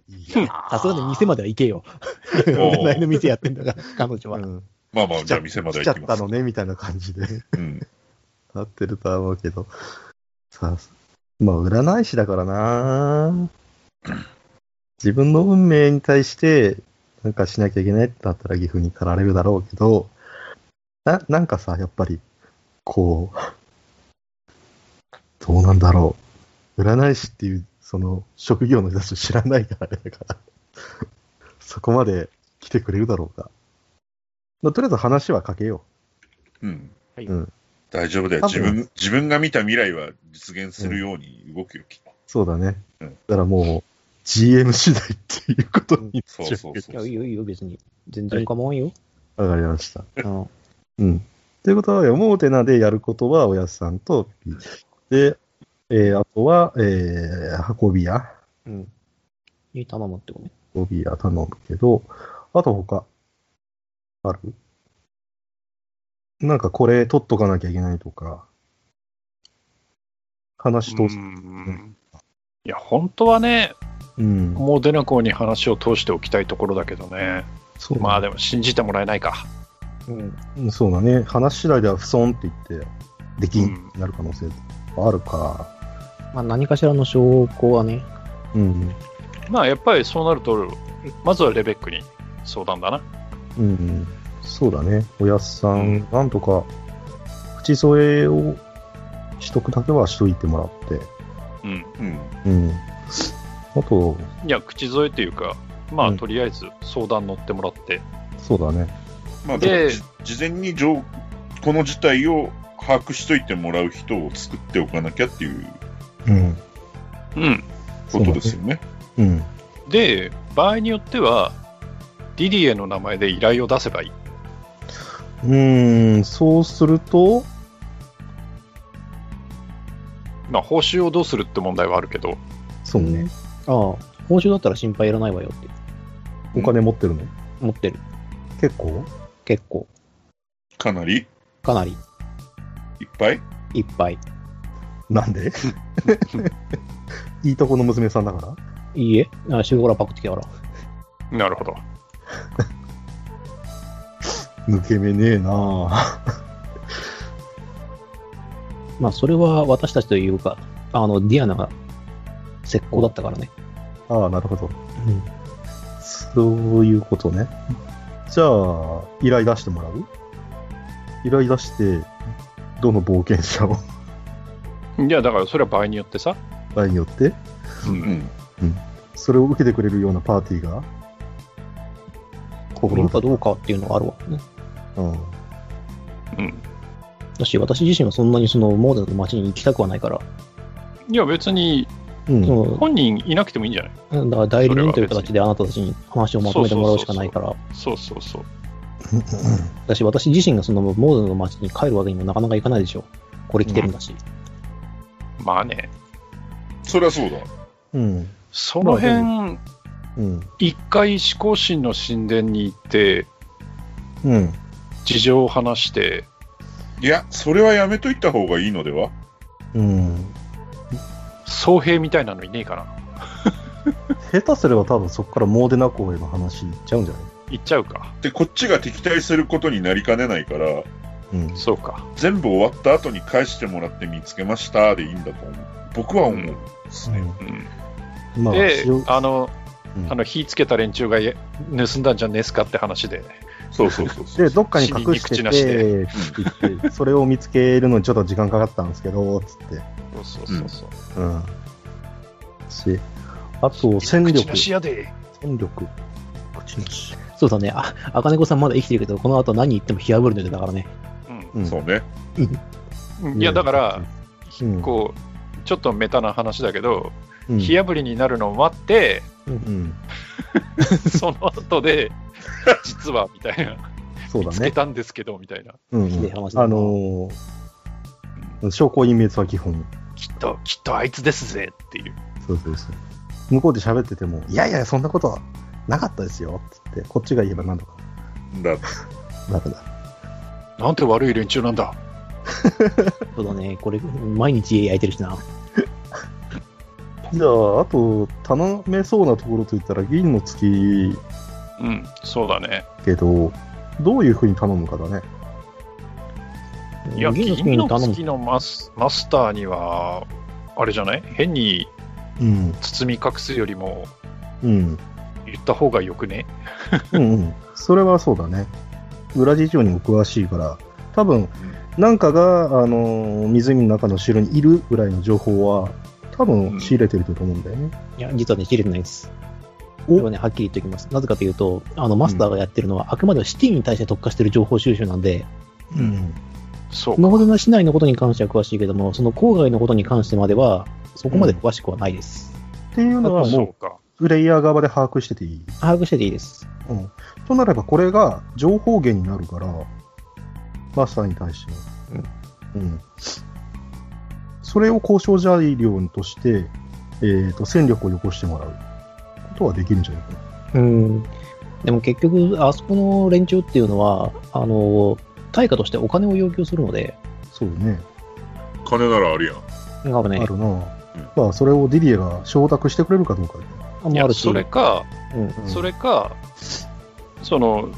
い
や
さすがに店までは行けよ。 隣の店やってんだから、彼女
う
は。
ん、
まあま
来
あ、じ
ちゃ
ゃあ店ま
来
では
ちゃっ
行きま
た
す。
のね、みたいな感じで。
うん。
なってるとは思うけど。さあ、まあ、占い師だからな 自分の運命に対して、なんかしなきゃいけないってなったら岐阜に駆られるだろうけど、な、なんかさ、やっぱり、こ う、どうなんだろう。占い師っていう、その、職業の人たちを知らないからあれだから、 そこまで来てくれるだろうか。まあ、とりあえず話はかけよ
うん。
うん
大丈夫だよ。
多分
自分、自分が見た未来は実現するように動くよ、きっと
う。そうだね。
う
だ
ん
からもう、GM 次第っていうことに。
そうそうそ
いや、
う
いい。よ、いいよ、別に。全然構わんよ。
わかりました。
あの
うん。ということは、モーテナでやることは、おやすさんと、で、えー、あとは、えー、運び屋、
うん。に頼むってごめん。
運び屋頼むけど、あと他、あるなんかこれ取っとかなきゃいけないとか、話
う
通す。
んいや、本当はね、
うん。
もう出な子に話を通しておきたいところだけどね。
そう
まあでも信じてもらえないか。
うん。
うんそうだね。話次第では不損って言って、でき
うん
んってなる可能性あるから。
まあ、何かしらの証拠はね、
うん。
まあやっぱりそうなると、まずはレベックに相談だな。
うん。そうだね。おやっさ、
うん
なんとか、口添えをしとくだけはしといてもらって。
うん。
うん。
うん。あと、
いや、口添えというか、まあ
うん
とりあえず相談乗ってもらって。
そうだね。
まあ、
で
じ事前に情この事態を把握しといてもらう人を作っておかなきゃっていう
うん。
うん。
ことですよね。
うん。
で、場合によっては、ディディエの名前で依頼を出せばいい。
うーん、そうすると、
まあ報酬をどうするって問題はあるけど、
そうね。
ああ、報酬だったら心配いらないわよって
お金持ってるの
思ってる。
結構
結構、
かなり
かなり
いっぱい
いっぱい。
なんで いいとこの娘さんだから
いいえ、あ週5からパクってきたから。
なるほど。
抜け目ねえなあ
まあ、それは私たちというか、あの、ディアナが石膏だったからね。
ああ、なるほど。
うん
そういうことね。じゃあ、依頼出してもらう依頼出して、どの冒険者を
いや、だからそれは場合によってさ。
場合によって、
うん。
それを受けてくれるようなパーティーが、
い
心
る
の
かどうかっていうのがあるわけね。
うん。
うん。
だし、私自身はそんなにそのモーデルの街に行きたくはないから、
いや、別に
うん。
その
本人いなくてもいいんじゃない
だから代理人という形であなたたちに話をまとめてもらうしかないから、
そうそうそう。
だし、私自身がそのモーデルの街に帰るわけにもなかなかいかないでしょ。これ来てるんだし。
まあね、
そりゃそうだ。
うん。
その辺、
うん。
一回思考神の神殿に行って、
うん。
事情を話して、
いや、それはやめといた方がいいのでは
うん。
僧兵みたいなのいねえかな。
下手すれば多分そこからモーデナ公への話いっちゃうんじゃ
行っちゃうか。
で、こっちが敵対することになりかねないから、
ないうん。
そうか。
全部終わった後に返してもらって見つけましたでいいんだと思う。僕は思う。ですね。
うん
うんまあ、
で
一応、
あの、
うん
あの火つけた連中がえ盗んだんじゃねえすかって話で、
そうそうそうそう。
で、どっかに隠して
死
て、
に口なしで
って言 って、それを見つけるのにちょっと時間かかったんですけど、つって。
そうそうそうそう、
うん。し、あと、戦力
口。なしやで、
戦力。口なし。
そうだね。あ、赤猫さんまだ生きてるけど、この後何言っても火あぶるのでだからね。
うん
うん
そうね。
いやだから、、
うん
こうちょっとメタな話だけど、
うん
火あぶりになるのを待って、
うん。
その後で、実はみたいな、
そうだ
つけ
ね。
たんですけどみたいな、
うん
き
う
れい
ん。
話だ
あのー、証拠隠滅は基本。
きっと、きっとあいつですぜっていう、
そうそうそう。向こうで喋ってても、いやいや、そんなことはなかったですよ、つって、こっちが言えばなんとか
だ
なるだ。
なんて悪い連中なんだ、
そうだね。これ、毎日家焼いてるしな。
じゃあ、あと、頼めそうなところといったら、銀の月
うん、そうだね、
けど、どういうふうに頼むかだね。
いや、
銀の
君
君
の
に頼む
月。のマスマスターには、あれじゃない変に
うん。
包み隠すよりも
うん。
言った方がよくね
うんうん。 それはそうだね。裏事情にも詳しいから、多分、なんかが、あのー湖の中の城にいるぐらいの情報は、多
うん
分仕入れてると思うんだよね。
いや、実はね、切れてないです。
お
これはね、はっきり言っておきます。なぜかというと、あの、マスターがやってるのは、あくまではシティに対して特化している情報収集なんで、
うん。
そう
ノーデナ市内のことに関しては詳しいけども、その郊外のことに関してまでは、そこまで詳しくはないです。
っていうのは
そ
も
うか
う、プレイヤー側で把握してていい。
把握してていいです。
うん。となれば、これが情報源になるから、マスターに対しての。うん。それを交渉材料として、えっ、と、戦力をよこしてもらうことはできるんじゃないかな。
うん。でも結局、あそこの連中っていうのは、あの、対価としてお金を要求するので、
そうね。
金ならあるやん。
なんかね
あ、るな、まあそれをディディエが承諾してくれるかどうかだよね
あん
い
まあ
や
るし、
それか、
うん、
うん
それかその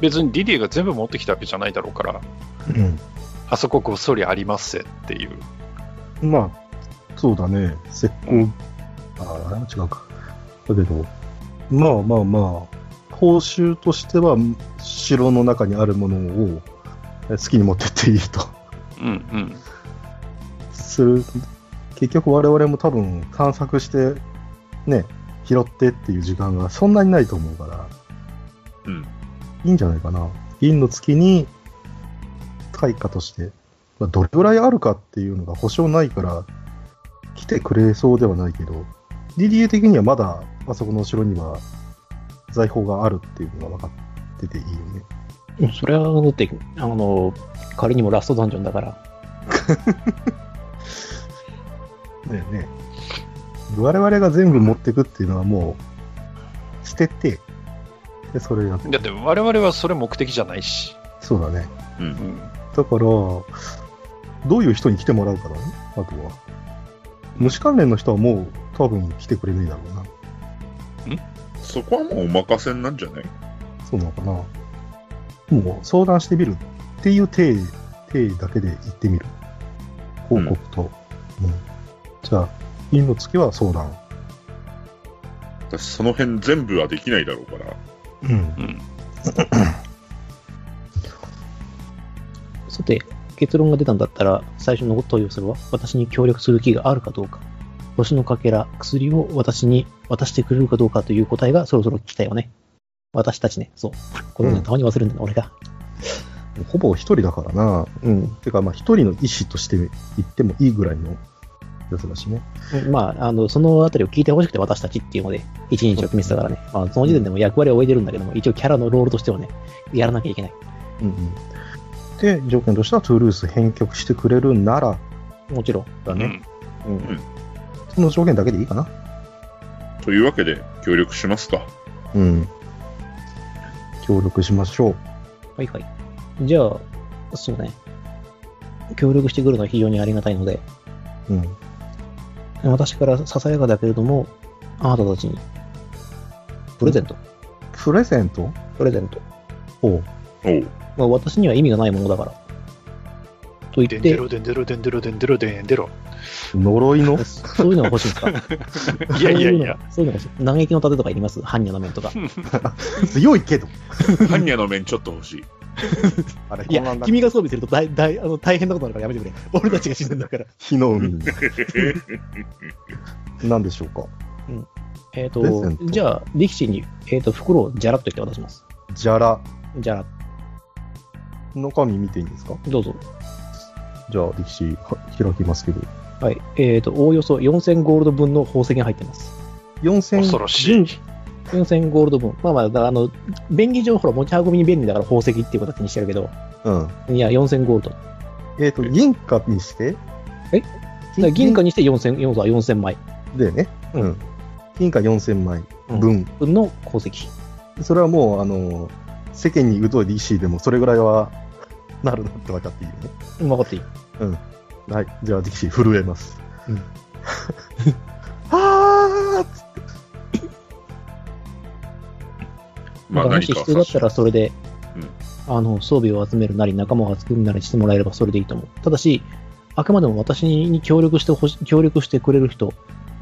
別にディディが全部持ってきたわけじゃないだろうからあそこごっそりありますぜっていう
うんまあそうだね石膏ああれは違うかだけどまあまあまあ報酬としては城の中にあるものをえ好きに持ってっていいと
うんうん
する結局我々も多分探索してね拾ってっていう時間がそんなにないと思うから
うん。
いいんじゃないかな。銀の月に、対価として、まあどれぐらいあるかっていうのが保証ないから、来てくれそうではないけど、DDA 的にはまだ、あそこの後ろには、財宝があるっていうのが分かってていいよね。
うんそれはだって、あの、仮にもラストダンジョンだから、
だよね。我々が全部持ってくっていうのはもう、捨てて、で、それやって。
だって我々はそれ目的じゃないし、
そうだね。
うん
う。ん、
だから、どういう人に来てもらうかだね、あとは。虫関連の人はもう多分来てくれねえだろうな。
そこはもうお任せになんじゃない
そうなのかな。もう相談してみるっていう体、体だけで行ってみる。報告と。うんじゃあ、陰の月は相談。
私その辺全部はできないだろうから。
うん。
うん。
さて、結論が出たんだったら、最初の問いをするは、私に協力する気があるかどうか、星のかけら、薬を私に渡してくれるかどうかという答えがそろそろ聞きたいよね。私たちね、そう。これをね、
うん
たまに忘れるんだな、俺が。
ほぼ一人だからな。
うん。
てか、まあ、一人の意思として言ってもいいぐらいのやつだしね。
まあ、あの、そのあたりを聞いてほしくて、私たちっていうので、一日を決めてたからね。まあ、その時点でも役割を終えてるんだけども、一応キャラのロールとしてはね、やらなきゃいけない。
うんうん。で、条件としてはトゥールース返却してくれるなら、
もちろん。
だ
う
ね。
ん
うん。
ん
その条件だけでいいかな。
というわけで、協力しますか。
うん。協力しましょう。
はいはい。じゃあ、そうね。協力してくるのは非常にありがたいので、
うん。
私からささやかだけれども、あなたたちに、プレゼント、
プレゼント
プレゼント。
を、
おう。
まあ、私には意味がないものだから。と
デ
言っ
ンデ
て、
ロデンデロデンデロデンデロデンデロ。
呪い の
そういうのが欲しいんですか
いやいやいや。
そういうのが欲しい。嘆きの盾とかいります般若の面とか。
強いけど。
般若の面ちょっと欲しい。
あれ、
い
こ
や
ん、な
君が装備すると大大あの大変なことになるからやめて くれ。俺たちが死ぬんだから。
火の海 に。なんでしょうか。
えっ、
プレゼン
と
ト、
じゃあ、力士に、えっ、と、袋をじゃらっと言って渡します。
じゃら。
じゃら、
中身見ていいんですか
どうぞ。
じゃあ、力士、は開きますけど。
はい。えっ、と、おおよそ4000ゴールド分の宝石が入ってます。
4000
恐ろしい。
4000ゴールド分。まあまあ、だからあの、便宜上、ほら、持ち運びに便利だから宝石っていう形にしてるけど、
うん。
いや、4000ゴールド。だか
えっ、と、銀貨にして。
えら銀貨にして4000、4 4000枚
だよね。
う
うんん。金貨4000枚分。
分の宝石。
それはもう、あの、世間に疎い DC でもそれぐらいはなるなって分かっていいよね。
分かっていい。
はい。じゃあ、力士震えます。
うん
はーっつって
ま
だから
あ
も
何
し
か
必要だったらそれで、
うん
あの、装備を集めるなり、仲間を集めるなりしてもらえればそれでいいと思う。ただし、あくまでも私に協力してほし、協力してくれる人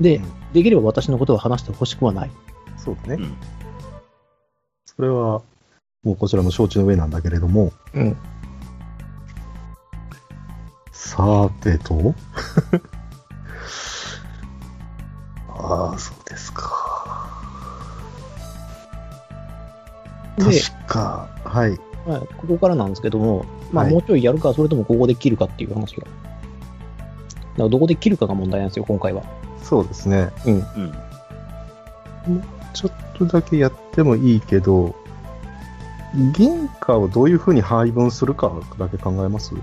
で、
うん
できれば私のことを話してほしくはない。
そうだね。
うん
それは、もうこちらも承知の上なんだけれども。
うん。
さーてと。 ああ、そうですか。
で、
確か、はい。
まあ、ここからなんですけども、まあ、
はい
もうちょいやるか、それともここで切るかっていう話が。だからどこで切るかが問題なんですよ、今回は。
そうですね。
うん。
ちょっとだけやってもいいけど、銀貨をどういうふうに配分するかだけ考えます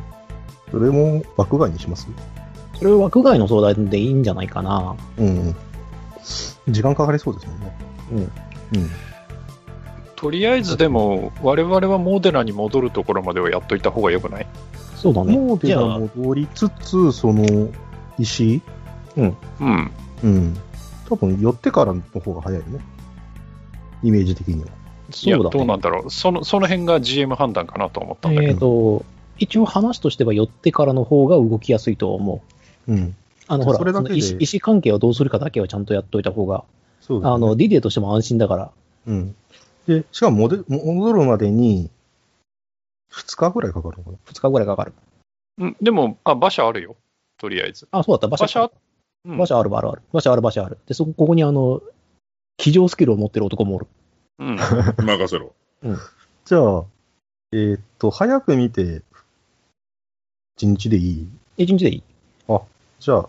それも枠外にします
それは枠外の相談でいいんじゃないかな。
うんうん。時間かかりそうですもんね。
うん
うん。
とりあえずでも、我々はモデナに戻るところまではやっといた方がよくない
そうだね。
モーデ
じゃ
ナ
あ、
戻りつつ、その、石
うん。
うん。多分、寄ってからの方が早いよね。イメージ的には。
いや、
そう
ど
だ
うな
ね。
んだろう。その、その辺が GM 判断かなと思ったんだけ
え
ど。
っ、と、一応話としては寄ってからの方が動きやすいと思う。
うん。
あの、
じ
ほ
ゃあ
ら、
それだけで
その意思意思関係をどうするかだけはちゃんとやっといた方が、
そうですね。
あの、ディディエとしても安心だから。
うん。で、しかも戻戻るまでに、2日ぐらいかかるのかな
2日ぐらいかかる。
うん、でも、あ、馬車あるよ。とりあえず。
あ、そうだった。馬車。
馬車うん
馬車あるあるある。馬車ある馬車ある。で、そこ、ここにあの、騎乗スキルを持ってる男もおる。
うん。
任せろ。
じゃあ、えーっと、早く見て、1日でいい
一日でいい。
じゃあ、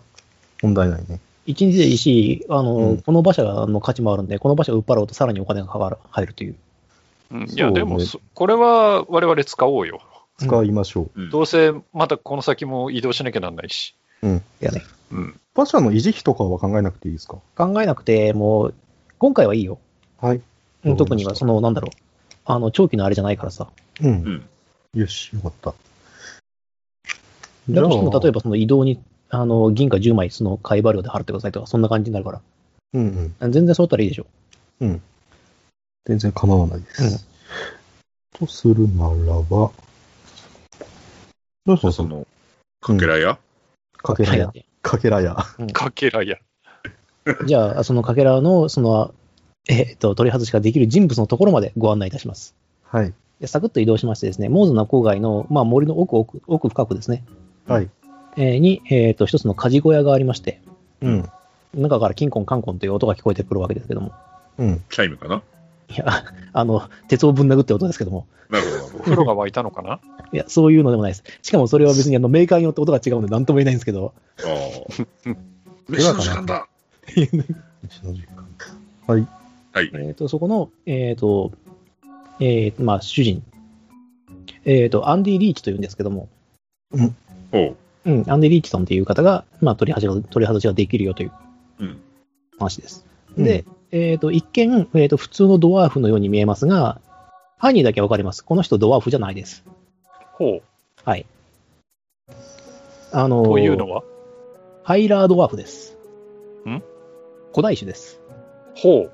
問題ないね。
一日でいいし、あの、
うん
この馬車の価値もあるんで、この馬車を売っ払うとさらにお金がかかる入るという。
うんい
そう
や、
ね
でもそ、これは我々使おうよ。
使いましょう。
うん
どうせ、またこの先も移動しなきゃなんないし。
いやね。
うん。
馬車の維持費とかは考えなくていいですか
考えなくて、もう、今回はいいよ。
はい。
うん
わかりました
特には、その、なんだろう。あの、長期のあれじゃないからさ。
うん。
ん
よし、よかった。
だとしても、例え
ば。
ばその移動に、あの、銀貨10枚、その、買い払量で払ってくださいとか、そんな感じになるから。
うんうん。
全然そうだったらいいでしょ。
全然構わないです。とするならば、どうし
そ
ます
うその、かけらや、
かけらや。かけらや。
かけらや。
じゃあ、そのかけらの、その、えっと、取り外しができる人物のところまでご案内いたします。
はい。
でサクッと移動しましてですね、モーズの郊外の、まあ、森の奥奥、奥深くですね、
はい。
えーに、えっと、一つの鍛冶小屋がありまして、
うん。
中からキンコンカンコンという音が聞こえてくるわけですけども、
うん。
チャイムかない
や、あの、鉄をぶん殴って音ですけども、
なるほど、なるほど。
風呂が湧いたのか ない
や、そういうのでもないです。しかもそれは別にあ のメーカーによって音が違うので何とも言えないんですけど、
ああ。飯の時間だ
西の時間
はい。
えー、とそこの、えっ、と、えーまあ、主人、えっ、と、アンディ・リーチというんですけども、
おう。
うん、アンディ・リーチさんという方が、まあ、取り外しが取り外しができるよという
うん
話です。
うん
で、えっ、と、一見、えっ、と、普通のドワーフのように見えますが、ハニーだけはわかります。この人ドワーフじゃないです。
ほ
あの
う。
ー
というのは
ハイラードワーフです。
ん
古代種です。
ほう。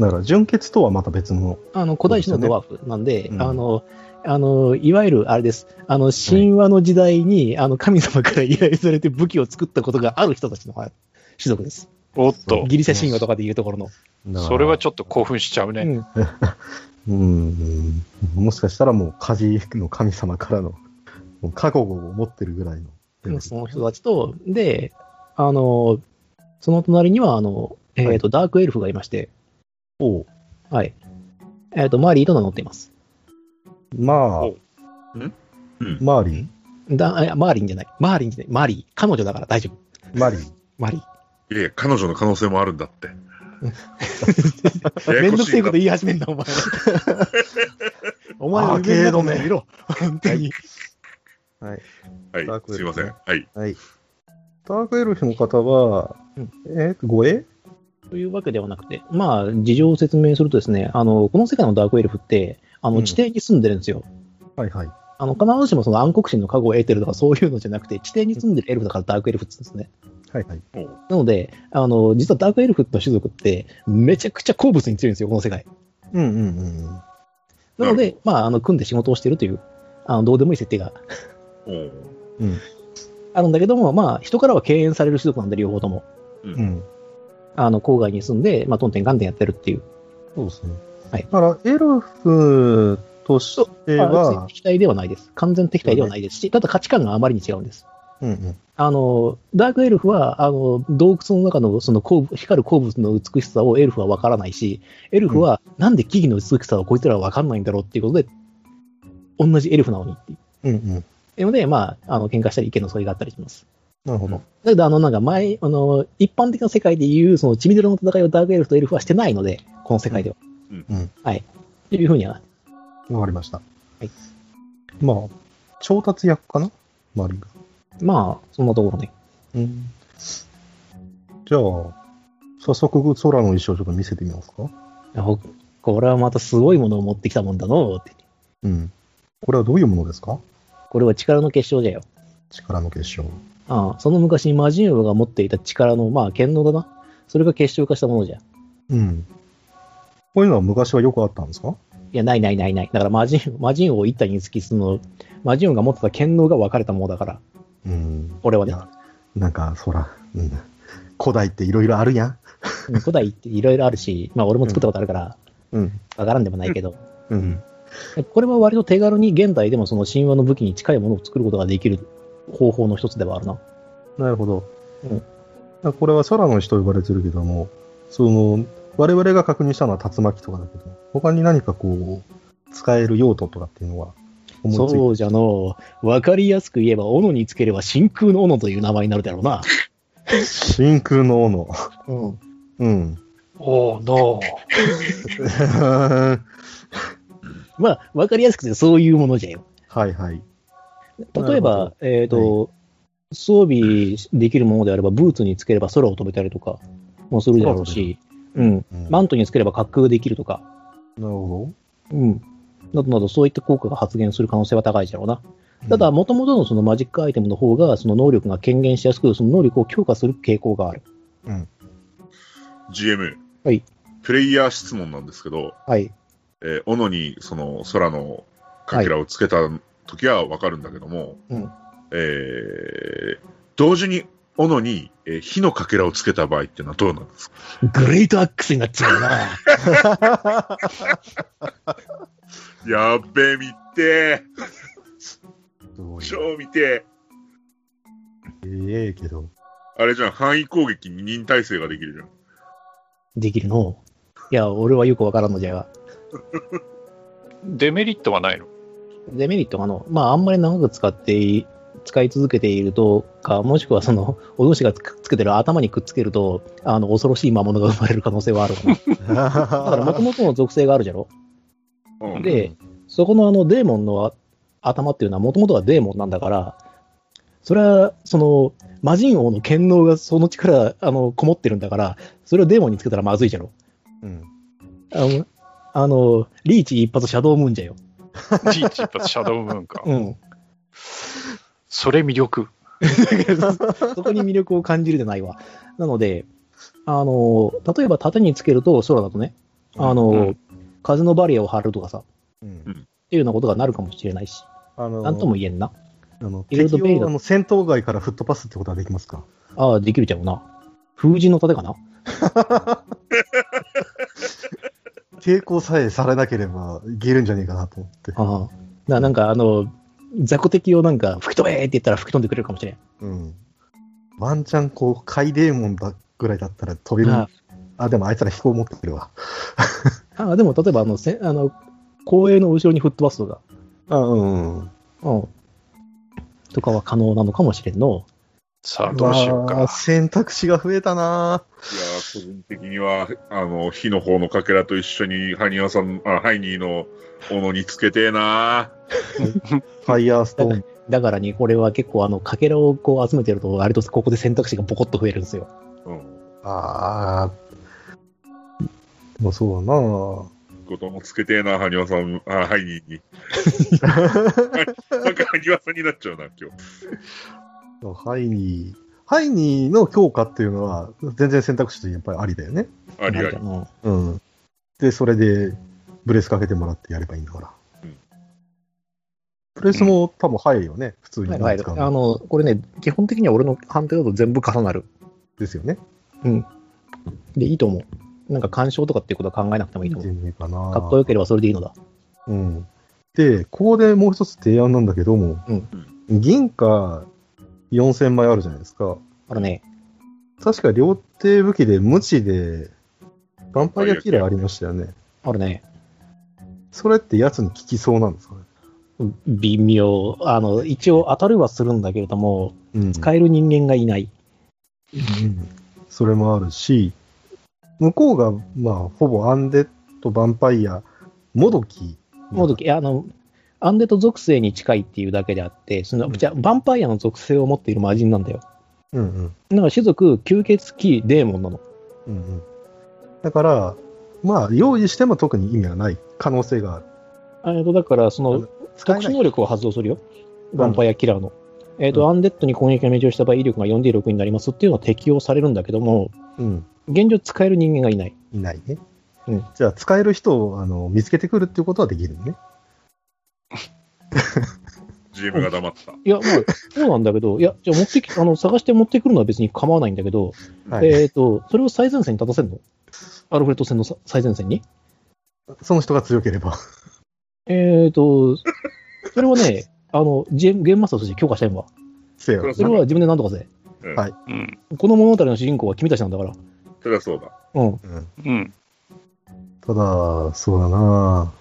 だから、純血とはまた別の。
あの古代種のドワーフなんで、
そうですよねうん
あの、あの、いわゆるあれです。あの、神話の時代に、あの、神様から依頼されて武器を作ったことがある人たちのはい種族です。
おっと。
ギリシャ神話とかでいうところの。
それは
ち
ちょっと興奮しちゃうね。
うん
ょうん。もしかしたらもう、家事の神様からの、もう覚悟を持ってるぐらいの。
その人たちと、で、あの、その隣には、あの、えっ、と、ダークエルフがいまして、
おう
はい。えっ、と、マーリーと名乗っています。
ま
おう
うん
あ、マーリ
だいやマーリンじゃない。マーリンじゃない。マーリー。彼女だから大丈夫。
ー。マーリー。
マーリー。
いやいや、彼女の可能性もあるんだって。
めんどくせえこと
ややこしい
言い始めん
んだ
な、お前。お前
ア
は
ーケードね
めんどくせえこと言いろ。本当に。
はい。ダ
は
ー
い、
クウェ
すい
ル
ません。
ね
はい。
はい。ダークエルフの方は
うん、
えー、護衛
というわけではなくて、まあ、事情を説明するとですね、あの、この世界のダークエルフって、あ
う
の、
ん
地底に住んでるんですよ。
はいはい。
あの、必ずしもその暗黒神の加護を得てるとかそういうのじゃなくて、地底に住んでるエルフだからダークエルフって言うんですね。
はいはい。
おう
なので、あの、実はダークエルフの種族って、めちゃくちゃ鉱物に強いんですよ、この世界。
うんうんうんうん。
なの
なる
で、まあ、あの、組んで仕事をしてるという、あの、どうでもいい設定が
おう
あるんだけども、まあ、人からは敬遠される種族なんで、両方とも。
うん
うん。
あの、郊外に住んで、まあ、トンテンガンテンやってるっていう。
そうですね。
はい
だから、エルフとして
まあ別に
は、
敵対ではないです。完全敵対ではないですし、ただ価値観があまりに違うんです。
うんうん。
あの、ダークエルフは、あの、洞窟の中のその鉱物光る鉱物の美しさをエルフは分からないし、エルフはなんで木々の美しさをこいつらは分かんないんだろうっていうことで、同じエルフなのにっていう。
うんうん。
なので、まあ、あの、喧嘩したり意見の相違があったりします。
なるほど。
だけど、あの、なんか前、あの、一般的な世界でいう、その、チミドラの戦いをダークエルフとエルフはしてないので、この世界では。
うん
うん
はい。というふうには、。
わかりました。はいまあ、調達役かなマリが。
まあ、そんなところね。
うん。じゃあ、早速、空の衣装ちょっと見せてみますか
あこれはまたすごいものを持ってきたもんだのうって。
うん。これはどういうものですか
これは力の結晶じゃよ。
力の結晶。
ああその昔に魔人王が持っていた力の、まあ、剣能だな。それが結晶化したものじゃ。い
うん。こういうのは昔はよくあったんですか
や、ないないないない。だから魔人、魔人王を一体につき、その、魔人王が持ってた剣能が分かれたものだから、
うん。
俺はいね。
やなんか、そら、うん。古代っていろいろあるやん。
うん古代っていろいろあるし、まあ、俺も作ったことあるから、
うん。
分からんでもないけど、
うん。
これは割と手軽に現代でもその神話の武器に近いものを作ることができる方法の一つではあるな。
なるほど。
うん
だからこれは空の人呼ばれてるけども、その、我々が確認したのは竜巻とかだけど、他に何かこう、使える用途とかっていうのは思いついて
そうじゃのう。わかりやすく言えば、斧につければ真空の斧という名前になるだろうな。
真空の斧。
うん。
うん。
おおノー。
まあ、わかりやすくてそういうものじゃよ。
はいはい。
例え
なる
ば、えっ、と、装備できるものであれば、ブーツにつければ空を飛べたりとかもするだろうし、うん。
うん
マントにつければ滑空できるとか、
なるほ
うん。などなど、そういった効果が発現する可能性は高いじゃろうな。
ど。
ただ、
うん、
もともとのそのマジックアイテムの方が、その能力が権限しやすく、その能力を強化する傾向がある。
GM。
はい。
プレイヤー質問なんですけど、
はい。
えー、斧にその空のかけらをつけた時はわかるんだけども、
うん
えー同時に斧に、えー火のかけらをつけた場合っていうのはどうなんですか
グレートアックスになっちゃうな。
やっべえ、見て
すご
ー
いな。
超見て
ええけど。
ーあれじゃん、範囲攻撃二人体制ができるじゃん。
できるのいや、俺はよくわからんのじゃが。
デメリットはないの
デメリットがあの、まあ、あんまり長く使ってい、使い続けているとか、もしくはその、お同士がくっつけてる頭にくっつけると、あの、恐ろしい魔物が生まれる可能性はある かな。だ
だか
から、もともとの属性があるじゃろ
うん、
で、そこのあの、デーモンのあ頭っていうのは、もともとはデーモンなんだから、それは、その、魔人王の剣能がその力、あの、こもってるんだから、それをデーモンにつけたらまずいじゃろ
うん。
あの、あの、リーチ一発シャドウムーンじゃよ。
リーチ一発シャドウムーンか。
うん。
それ魅力。
そこに魅力を感じるでないわ。なので、あの、例えば縦につけると空だとね、あの、
うん
風のバリアを張るとかさ、っ
うん
ていうようなことがなるかもしれないし、
あの、
なんとも言えんな。
あの、
いろいろと
敵
便利だ
をあの戦闘外から吹っ飛ばすってことはできますか
ああ、できるちゃうな。風神の盾かな
抵抗さえされなければいけるんじゃねえかなと思って。
ああ。ななんかあの、雑魚敵をなんか吹き飛べって言ったら吹き飛んでくれるかもしれん。
うん。ワンチャンこう、海デーモンだぐらいだったら飛べる。
あ
あ、でもあいつら飛行持ってくるわ。
あああでも例えばあの、せあの、光栄の後ろに吹っ飛ばすとか、
あうん。
うん。とかは可能なのかもしれんの。
さあ、どうしよう
わあ
か。
選択肢が増えたない
やー個人的には、あの、火の方のかけらと一緒に、ハニワさん、あハイニーの斧につけてーな
ファイヤーストーン。
だからね、これは結構あの、かけらをこう集めてると、割とここで選択肢がボコッと増えるんですよ。
ー。うん。
ああ。でもそうだな
こともつけてーなー、ハニワさん、あハイニーに。なんかハニワさんになっちゃうな、今日。
ハイニー。ハイニーの強化っていうのは、全然選択肢としてやっぱりありだよね。
ありが
な
と
んかうん
うん。で、それで、ブレスかけてもらってやればいいんだから。
うん
ブレスも多分入るよね、普通に
はいはい
使うの
あの、これね、基本的には俺の判定だと全部重なる。
ですよね。
で、いいと思う。なんか干渉とかっていうことは考えなくてもいいと思う。
全然かな
かっこよければそれでいいのだ。
うん。で、ここでもう一つ提案なんだけども、
うん
銀貨4000枚あるじゃないですか。
あのね、
確か両手武器で無知で、ヴァンパイアキラーありましたよね。
あのね、
それって奴に効きそうなんですかね。
微妙。あの、一応当たるはするんだけれども、
うん。
使える人間がいない。
うんそれもあるし、向こうが、まあ、ほぼアンデッド、ヴァンパイア、モドキ。
もどき、いやあの、アンデッド属性に近いっていうだけであって、その、
うん
じゃあヴァンパイアの属性を持っている魔人なんだよ。
うんうん。
だから種族、吸血鬼、デーモンなの。
うんうん。だから、まあ、用意しても特に意味はない可能性がある。
えっと、だから、その、
使
特
えない
殊能力を発動するよ。ヴァンパイアキラーの。えっ、と、アンデッドに攻撃が命中した場合、威力が 4D6 になりますっていうのは適用されるんだけども、
うん。
現状使える人間がいない。
いないね。
うん
じゃあ、使える人をあの見つけてくるっていうことはできるね。
う。GM が黙った。
いや、 まあ、そうなんだけど、いや、じゃあ持ってき、あの、探して持ってくるのは別に構わないんだけど、
はい
えっ、と、それを最前線に立たせるのアルフレッド戦のさ最前線に
その人が強ければ。
えっ、と、それはね、 あの、GM ゲームマスターとして強化したいわ。
せや
そう
それは自分で何とかせ。
うん
はい
うん。
この物語の主人公は君たちなんだから。
そりゃそうだ。
うん。
うん
うん。
ただ、そうだな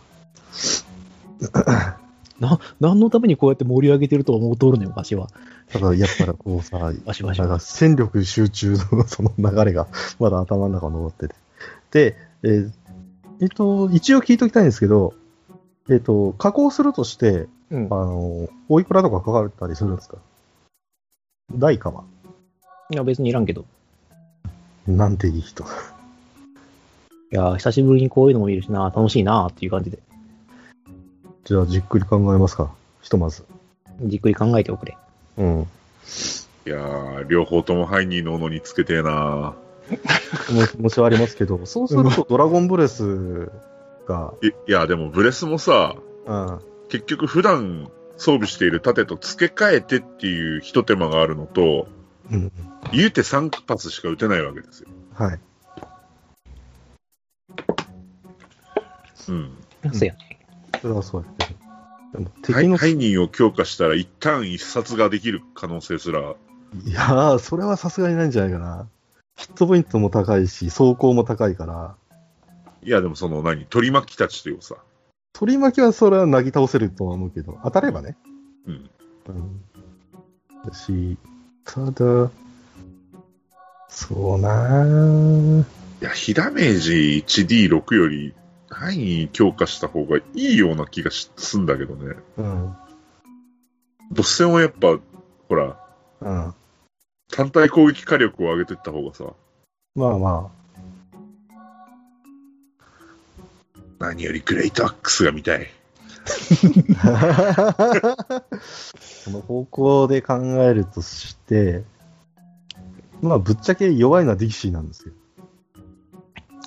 何のためにこうやって盛り上げてると思うとるねん、わしは。
ただ、やっぱりこうさ、
わしわし
なん
は。
か戦力集中のその流れが まだ頭の中残ってて。で、えーえっと、一応聞いときたいんですけど、えっと、加工するとして、
うん
あ。の、おいくらとかかかったりするんですか代価はい
や、別にいらんけど。
なんていい人。
いや、久しぶりにこういうのも見るしな、楽しいなっていう感じで、
じゃあ、じっくり考えますか。ひとまず。
じっくり考えておくれ。
うん。
いやー、両方ともハイニーの斧につけてーな
も気持ちはありますけど、 そうするとドラゴンブレスが、
ー。いいや、でもブレスもさ、
うん、
結局普段装備している盾と付け替えてっていう一手間があるのと、
うん。
言うて3発しか撃てないわけですよ。
はい。
うん。
そうやね。
それはそうやってる。でも敵
はい
の、
犯人を強化したら一旦一冊ができる可能性すら、
いやー、それはさすがにないんじゃないかな。ヒットポイントも高いし、走行も高いから、
いやでもその何、取り巻きたちというさ、
取り巻きはそれはなぎ倒せるとは思うけど、当たればね。
うん。
うん。だし、ただ、そうなー
いや、被ダメージ 1D6 より範囲強化した方がいいような気がしすんだけどね。
うん。
ボス戦はやっぱ、ほら、
うん。
単体攻撃火力を上げていった方がさ、
まあま
何よりグレートアックスが見たい。
あ。その方向で考えるとして、まあぶっちゃけ弱いのはディキシーなんですよ。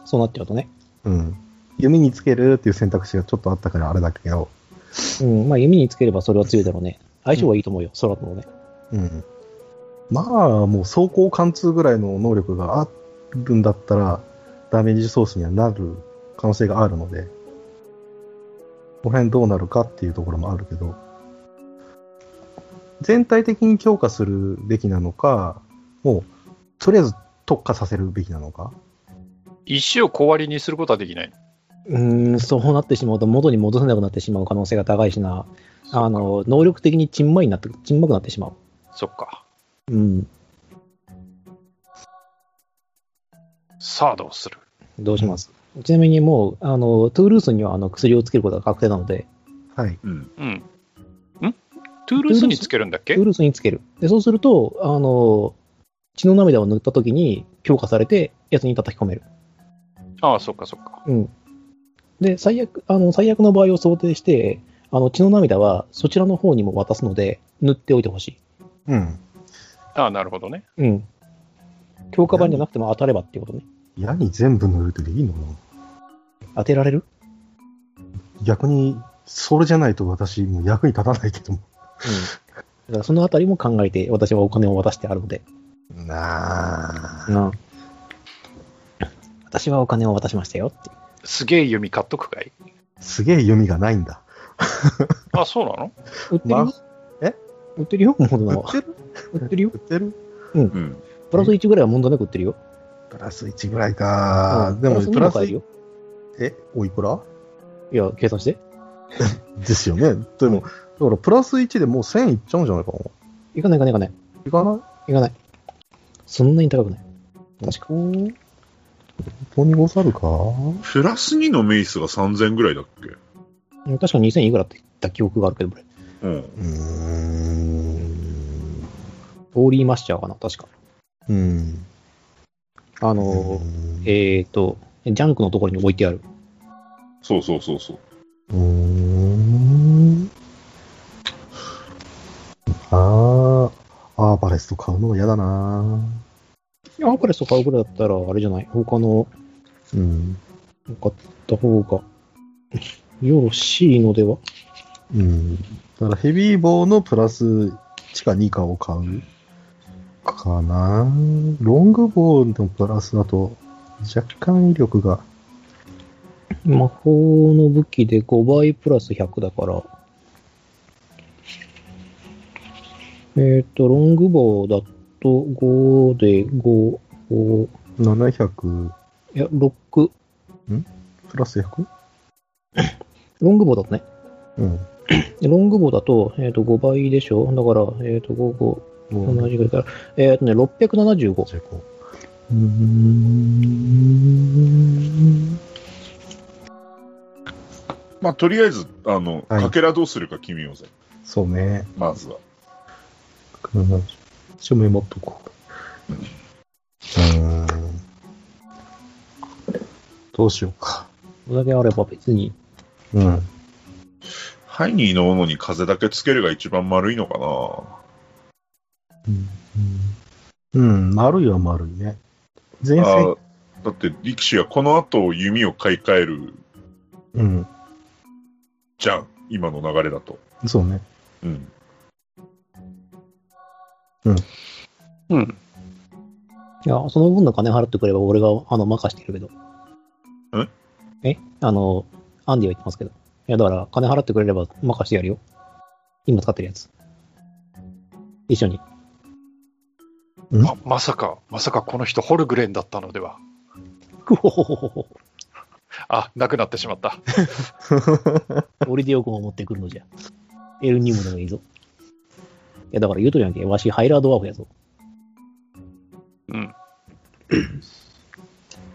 そうなっちゃうとね。
うん。弓につけるっていう選択肢がちょっとあったからあれだけど、
うん、まあ弓につければそれは強いだろうね。相性はいいと思うよ、空ともね。
うん。まあもう走行貫通ぐらいの能力があるんだったら、ダメージソースにはなる可能性があるので、この辺どうなるかっていうところもあるけど、全体的に強化するべきなのか、もう、とりあえず特化させるべきなのか。
石を小割りにすることはできない。
うーん、そうなってしまうと元に戻せなくなってしまう可能性が高いしな。あの、能力的にちんまいになって、ちんまくなってしまう。
そっか。
うん、
さあどうする
どうします。ちなみにもう、あの、トゥールースにはあの薬をつけることが確定なので、
はい。
うん。
うん。んトゥールースにつけるんだっ
ト
け
ゥールースにつける。で、そうすると、あの、血の涙を塗った時に強化されて、やつに叩き込める。
ああ、そっかそっか。
うん。で、最悪、あの、最悪の場合を想定して、あの、血の涙はそちらの方にも渡すので、塗っておいてほしい。
うん。
ああ、なるほどね。
うん。強化版じゃなくても当たればっていうことね。
矢に全部塗るってでいいのかな
当てられる
逆に、それじゃないと私、もう役に立たないけども。
だからそのあたりも考えて、私はお金を渡してあるので。
なあ。
うん。私はお金を渡しましたよって。
すげえ弓買っとくかい
すげえ読みがないんだ。
あ、そうなの
売ってるよ
ま。え
売ってるよ、モンドナは。
売ってる
売ってるよ
売。ってる
うん。
プラス1ぐらいは問題なく売ってるよ。
プラス1ぐらいか
う。ん
でも、
プ
プ
ラ
ラ
ス2
ス
買えるよ。
え、おいくら
いや、計算して。
ですよね。でも、だからプラス1でもう1000いっちゃうんじゃないかな。
いかないいかないいかない。
いかない
いかない。そんなに高くない。確か。
本当にござるか
プラス2のメイスが3000ぐらいだっ
うん確か2000いくらって言った記憶があるけど、これ。
けうん。
うーん。
オーリーマッシャーかな、確か。
うん。
あ
う
のー、
ん
えっ、ー、と、ジャンクのところに置いてある。
そうそうそうそう。
うーん。ああ、アーバレスト買うのは嫌だな。
いや、アーカレスと買うぐらいだったら、あれじゃない。他の
うん。
買った方が、よろしいのでは
うん。だからヘビー棒のプラス地下2かを買うかな。ロング棒のプラスだと若干威力が。
魔法の武器で5倍プラス100だから。えっ、と、ロングボウだと5で5、5、
700
いや、6。
プラス 100?
ロングボウだとね。
うん。
でロングボウだと、えっ、と、5倍でしょだから、えっ、と、5、5、同じぐらいから。えっ、とね、675。
じゃあこう。うーん。
まあ、とりあえず、あの、
はい
かけらどうするか決めようぜ。
そうね。
まずは。
うん一応メモっとこう。うーん。どうしようか。
これだけあれば別に。
うん。
ハイニーの斧に風だけつけるが一番丸いのか
うんうん、丸いは丸いね。前
な
世
あだって、力士はこの後弓を買い替える
うん、
じゃん。今の流れだと。
そうね。
うん。
うん。
いや、その分の金払ってくれば俺が、あの、任してるけど。えあの、アンディは言ってますけど。いや、だから、金払ってくれれば任してやるよ。今使ってるやつ。一緒に。
ま、まさか、まさかこの人、ホルグレンだったのでは。
ほほほほほ。
あ、なくなってしまった。
オリディオ君を持ってくるのじ ゃ。エルニウムでもいいぞ。いや、だから言うとりやんけ。わし、ハイラードワーフやぞ。
うん。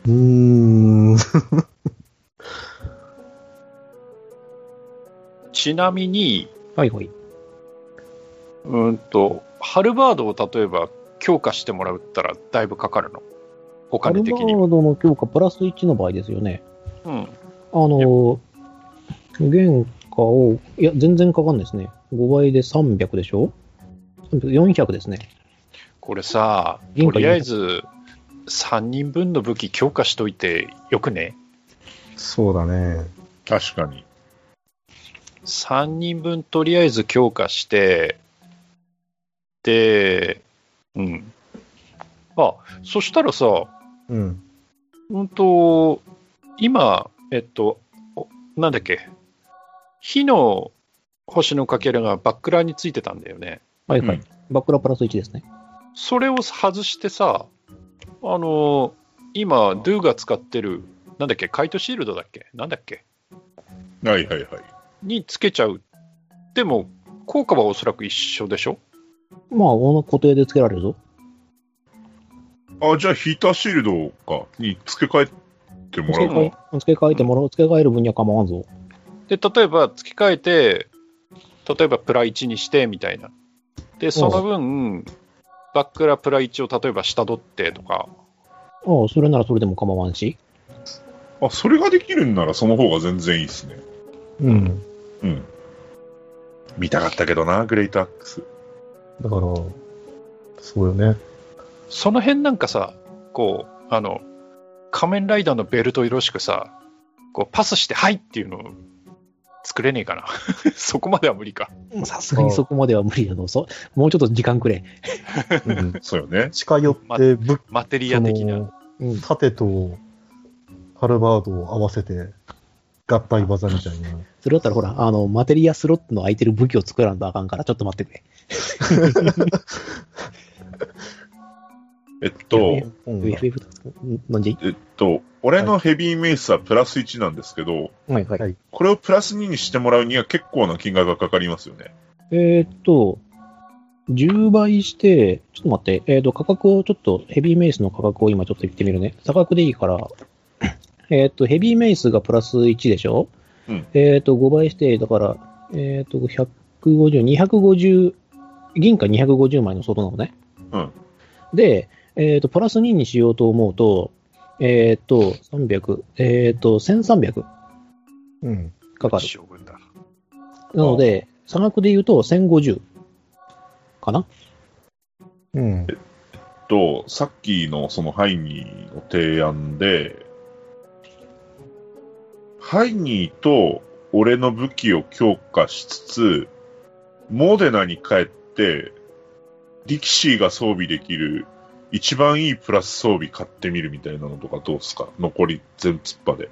うーん。
ちなみに、
はいはい。
うーんと、ハルバードを例えば強化してもらったら、だいぶかかるの。お
カル
金
バ
的に。
ードの強化プラス1の場合ですよね。
うん。
あの、原価を、いや、全然かかんないですね。5倍で300でしょ ?400 ですね。
これさ、
銀
と
貨
りあえず、3人分の武器強化しといてよくね。
そうだね。
確かに。
3人分とりあえず強化して、で、うん。あ、そしたらさ、
うん。
うんと、今、えっと、おなんだっけ、火の星のかけらがバックラについてたんだよね。
はいはい。
うん
バックラプラス1ですね。
それを外してさ、あの、今、ドゥが使ってる、なんだっけ、カイトシールドだっけ、なんだっけ、
はいはいはい。
につけちゃう。でも、効果はおそらく一緒でしょ
まあ、この固定でつけられるぞ。
あ、じゃあヒーターシールドか、に付け替えても
付け
らう
替え、付け替えてもらう、付け替える分には構わんぞ。
で、例えば、付け替えて、例えばプラ1にして、みたいな。で、その分、バックラプラ1を例えば下取ってとか、
ああ、それならそれでも構わんし。
あ、それができるんならその方が全然いいですね。
うん。
うん。見たかったけどな、グレイトアックス。
だから、そうよね。
その辺なんかさ、こう、あの、仮面ライダーのベルトよろしくさ、こうパスして、はいっていうのを作れねえかな。 そこまでは無理か。
さすがにそこまでは無理だぞ。そもうちょっと時間くれ。
うん
そうよね。
近寄って、ぶっ、
マテリ
そ
ア
の
的な。
うん。
盾と、ハルバードを合わせて、合体技みたいな。
それだったらほら、あの、マテリアスロットの空いてる武器を作らんとあかんから、ちょっと待ってくれ。
えっと、
うん。
FF とか作るんなんじゃい
えっと、俺のヘビーメイスはプラス1なんですけど、
はいはい。
はい
これをプラス2にしてもらうには結構な金額がかかりますよね。
えーっと、10倍して、ちょっと待って、えーっと、価格をちょっと、ヘビーメイスの価格を今ちょっと言ってみるね。差額でいいから、 えーっと、ヘビーメイスがプラス1でしょ
うん
えーっと、5倍して、だから、えーっと、150、250、銀貨250枚の外なのね。
うん
で、えーっと、プラス2にしようと思うと、えーっと、300、えーっと、1300
うん。
かかる。
将軍だ。
なので、差額で言うと1050かな
うん。
と、さっきのそのハイニーの提案で、ハイニーと俺の武器を強化しつつ、モデナに帰って、力士が装備できる一番いいプラス装備買ってみるみたいなのとかどうっすか残り全突破で。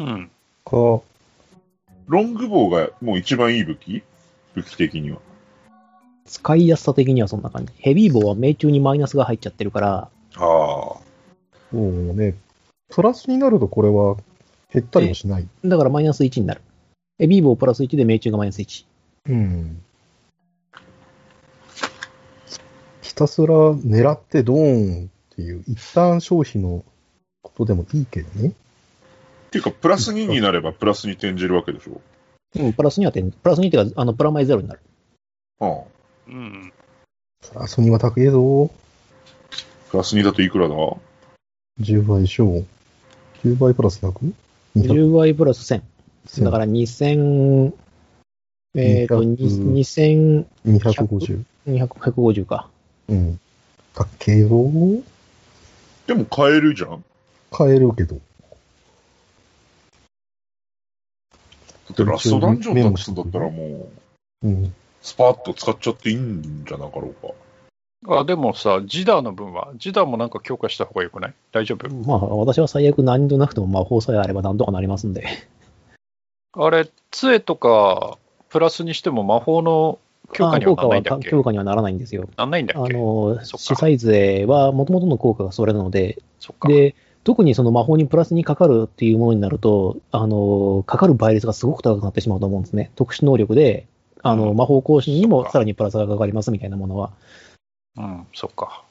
うん。
か、
ロングボウがもう一番いい武器武器的には。
使いやすさ的にはそんな感じ。ヘビー棒は命中にマイナスが入っちゃってるから、
ああ。
そうね。プラスになるとこれは減ったりもしない。
だからマイナス1になる。ヘビー棒プラス1で命中がマイナス1。
うん。ひたすら狙ってドーンっていう、一旦消費のことでもいいけどね。
っていうか、プラス2になればプラスに転じるわけでしょ
うん、プラスには点、プラス2っていうか、あの、プラマイゼロになる。
ああ。
うん。
プラスには高えぞ。
プラス2だといくらだ
10倍小。10倍プラス 100? 200?
10倍プラス1000。だから2000、えっ、と、
200 250。
2250か。
うん。高えぞ。
でも買えるじゃん
買えるけど。
だってラストダンジョンだったんだったらもう、
うん。
スパッと使っちゃっていいんじゃなかろうか。
あ、でもさ、ジダーの分は、ジダーもなんか強化した方がよくない大丈夫
まあ、私は最悪何度なくても魔法さえあれば何とかなりますんで。
あれ、杖とか、プラスにしても魔法の強化にはならないんだっ
あ
け
強化にはならないんですよ。
なんないんだ
あ
っけ
の、
そっか
司祭勢は元々の効果がそれなので、
そっか。
で、特にその魔法にプラスにかかるっていうものになると、あの、かかる倍率がすごく高くなってしまうと思うんですね。特殊能力で、あ
う
の、
ん
魔法更新に
そっ
も
か
さらにプラスがかかりますみたいなものは。
うん、そっか。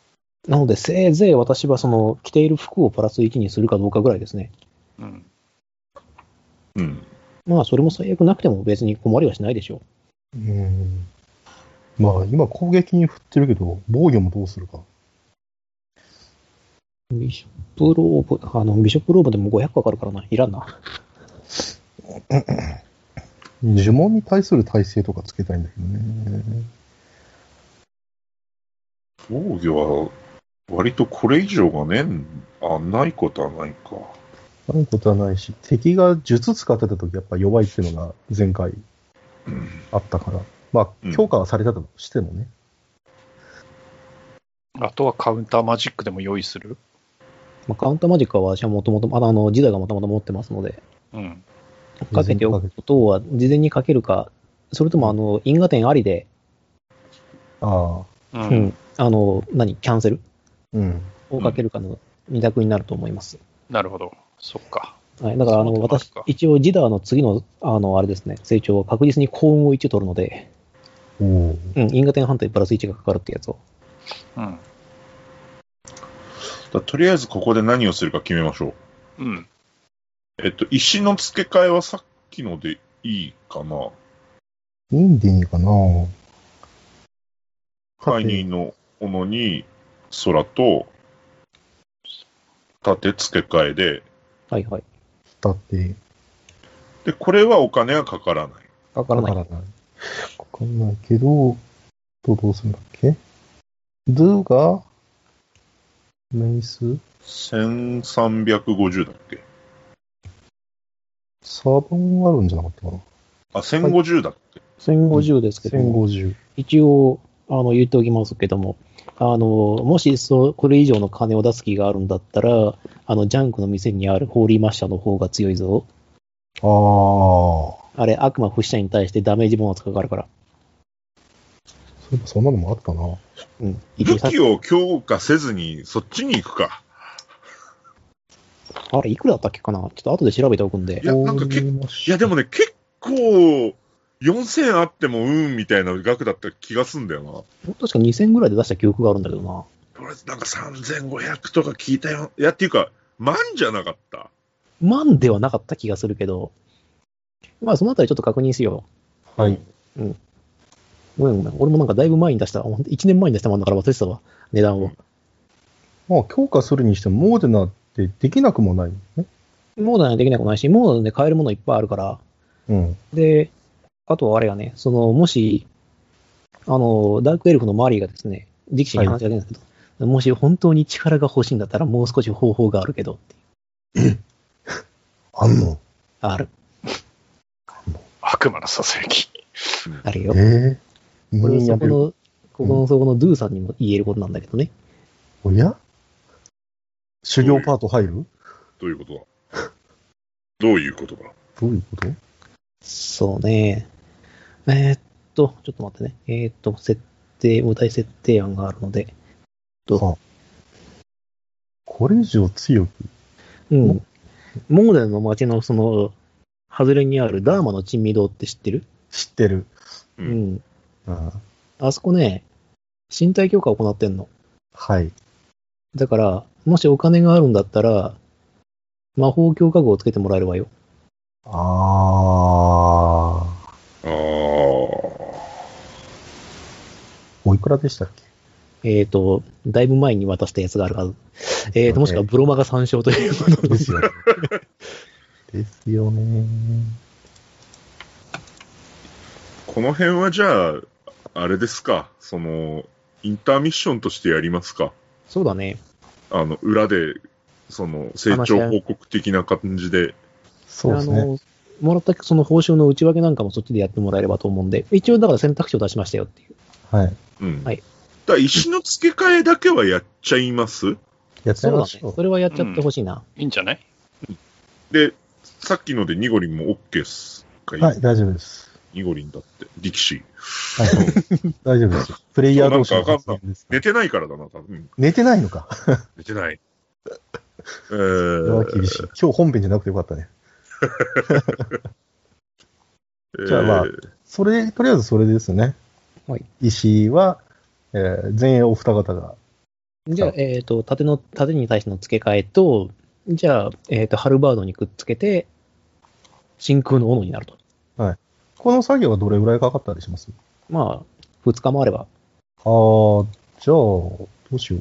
なので、せいぜい私はその、着ている服をプラス1にするかどうかぐらいですね。
うん。
うん。
まあ、それも最悪なくても別に困りはしないでしょ
うん。まあ、今攻撃に振ってるけど、防御もどうするか。
う。ビショップローブ、あの、ビショップローブでも500かかるからな。いらんな。
呪文に対する耐性とかつけたいんだけどね。
防御は、割とこれ以上がねん、あ、ないことはないか。
ないことはないし、敵が術使ってた時やっぱ弱いっていうのが前回あったから。ま
うん
あ、強化はされたとしてもね。
あとはカウンターマジックでも用意する
まあ、カウンターマジックは私はもともと、あの、時代がもともと持ってますので、
うん。
かけておくことは、事前にかけるか、それとも、あの、因果点ありで、
あ
う。
あ。
う
ん、あの、何、キャンセル
うん。
をかけるかの二択になると思います。
なるほど。そっか。
はい、だから、あの、
そうなります
私
か、
一応、ジダーの次の、あの、あれですね、成長は確実に幸運を1取るので、
おお。
うん、因果点判定プラス1がかかるってやつを。
うん。
だとりあえずここで何をするか決めましょう。
うん。
えっと、石の付け替えはさっきのでいいかな。
インディーかな
カイニーの斧に空と盾付け替えで、
はいはい。
だって、
で、これはお金がかからない。
かからない。
わからない。わかんないけど、どうどうするんだっけ ?do が、メイス、
1350だっけ
差分あるんじゃなかったかな
あ、1050だっけ、
1050ですけども、
?1050。
一応、あの、言っておきますけども、あの、もし、そう、これ以上の金を出す気があるんだったら、あの、ジャンクの店にあるホーリーマッシャーの方が強いぞ。
ああ。
あれ、悪魔不死者に対してダメージボーナスかかるから。
そういえばそんなのもあったな。
うん。
武器を強化せずにそっちに行くか。
あれ、いくらだったっけかなちょっと後で調べておくんで
い。やなんか結いや、でもね、結構、4000あってもうんみたいな額だった気がすんだよな。
確か2000ぐらいで出した記憶があるんだけどな。
これなんか3500とか聞いたよ。いや、っていうか、万じゃなかった。
万ではなかった気がするけど。まあ、そのあたりちょっと確認しよ
はい。
う。ごめんごめん。俺もなんかだいぶ前に出した、ほんと1年前に出したもんだから忘れてたわ。値段を。
まあ、強化するにしても、モーデナってできなくもないよね。
モーダンできなくもないし、モーダンで買えるものいっぱいあるから。
うん。
で、あとはあれがね、その、もし、あの、ダークエルフのマリーがですね、ディキシーに話が出るんですけど、もし本当に力が欲しいんだったらもう少し方法があるけどっていう、
あんの
ある、
悪魔のささやき。
あるよ。
ええ
これ、そこ
る。
の、ここの、そこのドゥさんにも言えることなんだけどね。
おや修行パート入る
どういうことだどういうことだ
どういうこと
そうね。えーっと、ちょっと待ってね。えーっと、設定、舞台設定案があるので。どう
あこれ以上強く。
うん。モーデンの街の、その、外れにあるダーマの珍味堂って知ってる
知ってる。
う
うんん。
ああ
あそこね、身体強化を行ってんの。
はい。
だから、もしお金があるんだったら、魔法強化具をつけてもらえるわよ。
ああ。
ああ。
おいくらでしたっ け
えーっ、と、だいぶ前に渡したやつがあるはず。えーっ、と、もしくはブロマが参照ということ
で
ですす
よ。ですよね。
この辺はじゃあ、あれですか。その、インターミッションとしてやりますか。
そうだね。
あの、裏で、その、成長報告的な感じで。
そうです
あ
ね。
の、もらったその報酬の内訳なんかもそっちでやってもらえればと思うんで、一応だから選択肢を出しましたよっていう。
はい。
うん。
はい
だから石の付け替えだけはやっちゃいます
やっちゃ
そ
いう
だ
ま
ね。
しょう。
それはやっちゃってほしいな。
いいんじゃない
で、さっきのでニゴリンも OK っすかい
はい、大丈夫です。
ニゴリンだって。力士。
はい、大丈 夫ですよ。プレイヤー同士の発言です。
寝てないからだな、多分。
寝てないのか。
寝てない。え
それは厳しい
ー、。
今日本編じゃなくてよかったね。じゃあまあ
えー
それ、とりあえずそれですね。
はい。
石は、えー前衛お二方が。
じゃあ
は、
えっ、と、縦の、縦に対しての付け替えと、じゃあ、えっ、と、ハルバードにくっつけて、真空の斧になると。
この作業はどれぐらいかかったりします
まあ、2日もあれば。
あー、じゃあ、どうしよ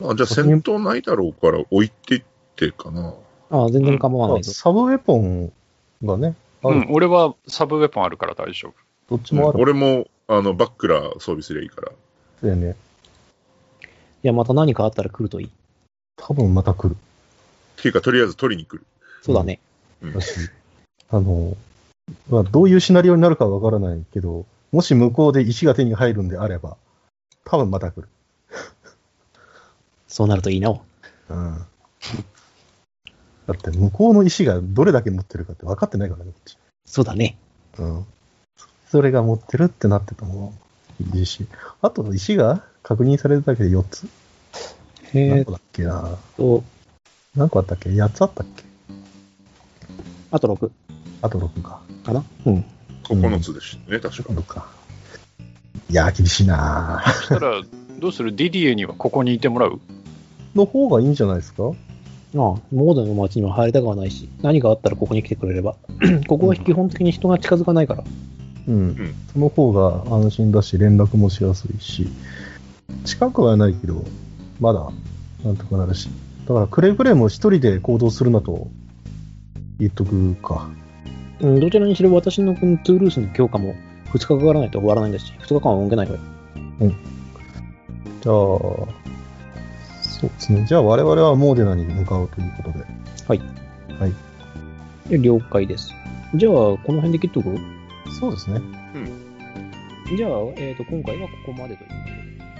う。
まあ、じゃあ戦闘ないだろうから置いてってかな。
ああ、全然構わない
あ
です。
サブウェポンがね、あ
う
る
ん、俺はサブウェポンあるから大丈
ど
夫。
っちもあるん
俺も、あの、バックラー装備すりゃいいから。
だよね。
いや、また何かあったら来るといい。
多分また来る。
っていうか、とりあえず取りに来る。
そうだね。
だし、 あの、まあ、どういうシナリオになるかわからないけど、もし向こうで石が手に入るんであれば、多分また来る。
そうなるといいな。
うん。だって向こうの石がどれだけ持ってるかって分かってないからね、こっち。
そうだね。
うん。それが持ってるってなってたもん。いいし。あと石が確認されるだけで4つ。
え
何
っ
個だっけな
と、
何個あったっけ ?8 つあったっけ
あと6
あと6か。
かな。うん。
9つでしたね、確か。
6か。いやー、厳しいなー
そしたら、どうするディディエにはここにいてもらう
の方がいいんじゃないですか
ああ、モードの街には入りたくはないし、何かあったらここに来てくれれば。 ここは基本的に人が近づかないから。
うん、
ん
その方が安心だし、連絡もしやすいし、近くはないけど、まだ、なんとかなるし。だから、くれぐれも一人で行動するなと、言っとくか。
うん、どちらにしろ私のこのトゥールースの強化も2日かからないと終わらないんだし、2日間は動けないから。
じゃあ、そうですね。じゃあ、我々はモーデナに向かうということで。
で了解です。じゃあ、この辺で切っとく
そうですね。
じゃあ、えっ、と、今回はここまでということで。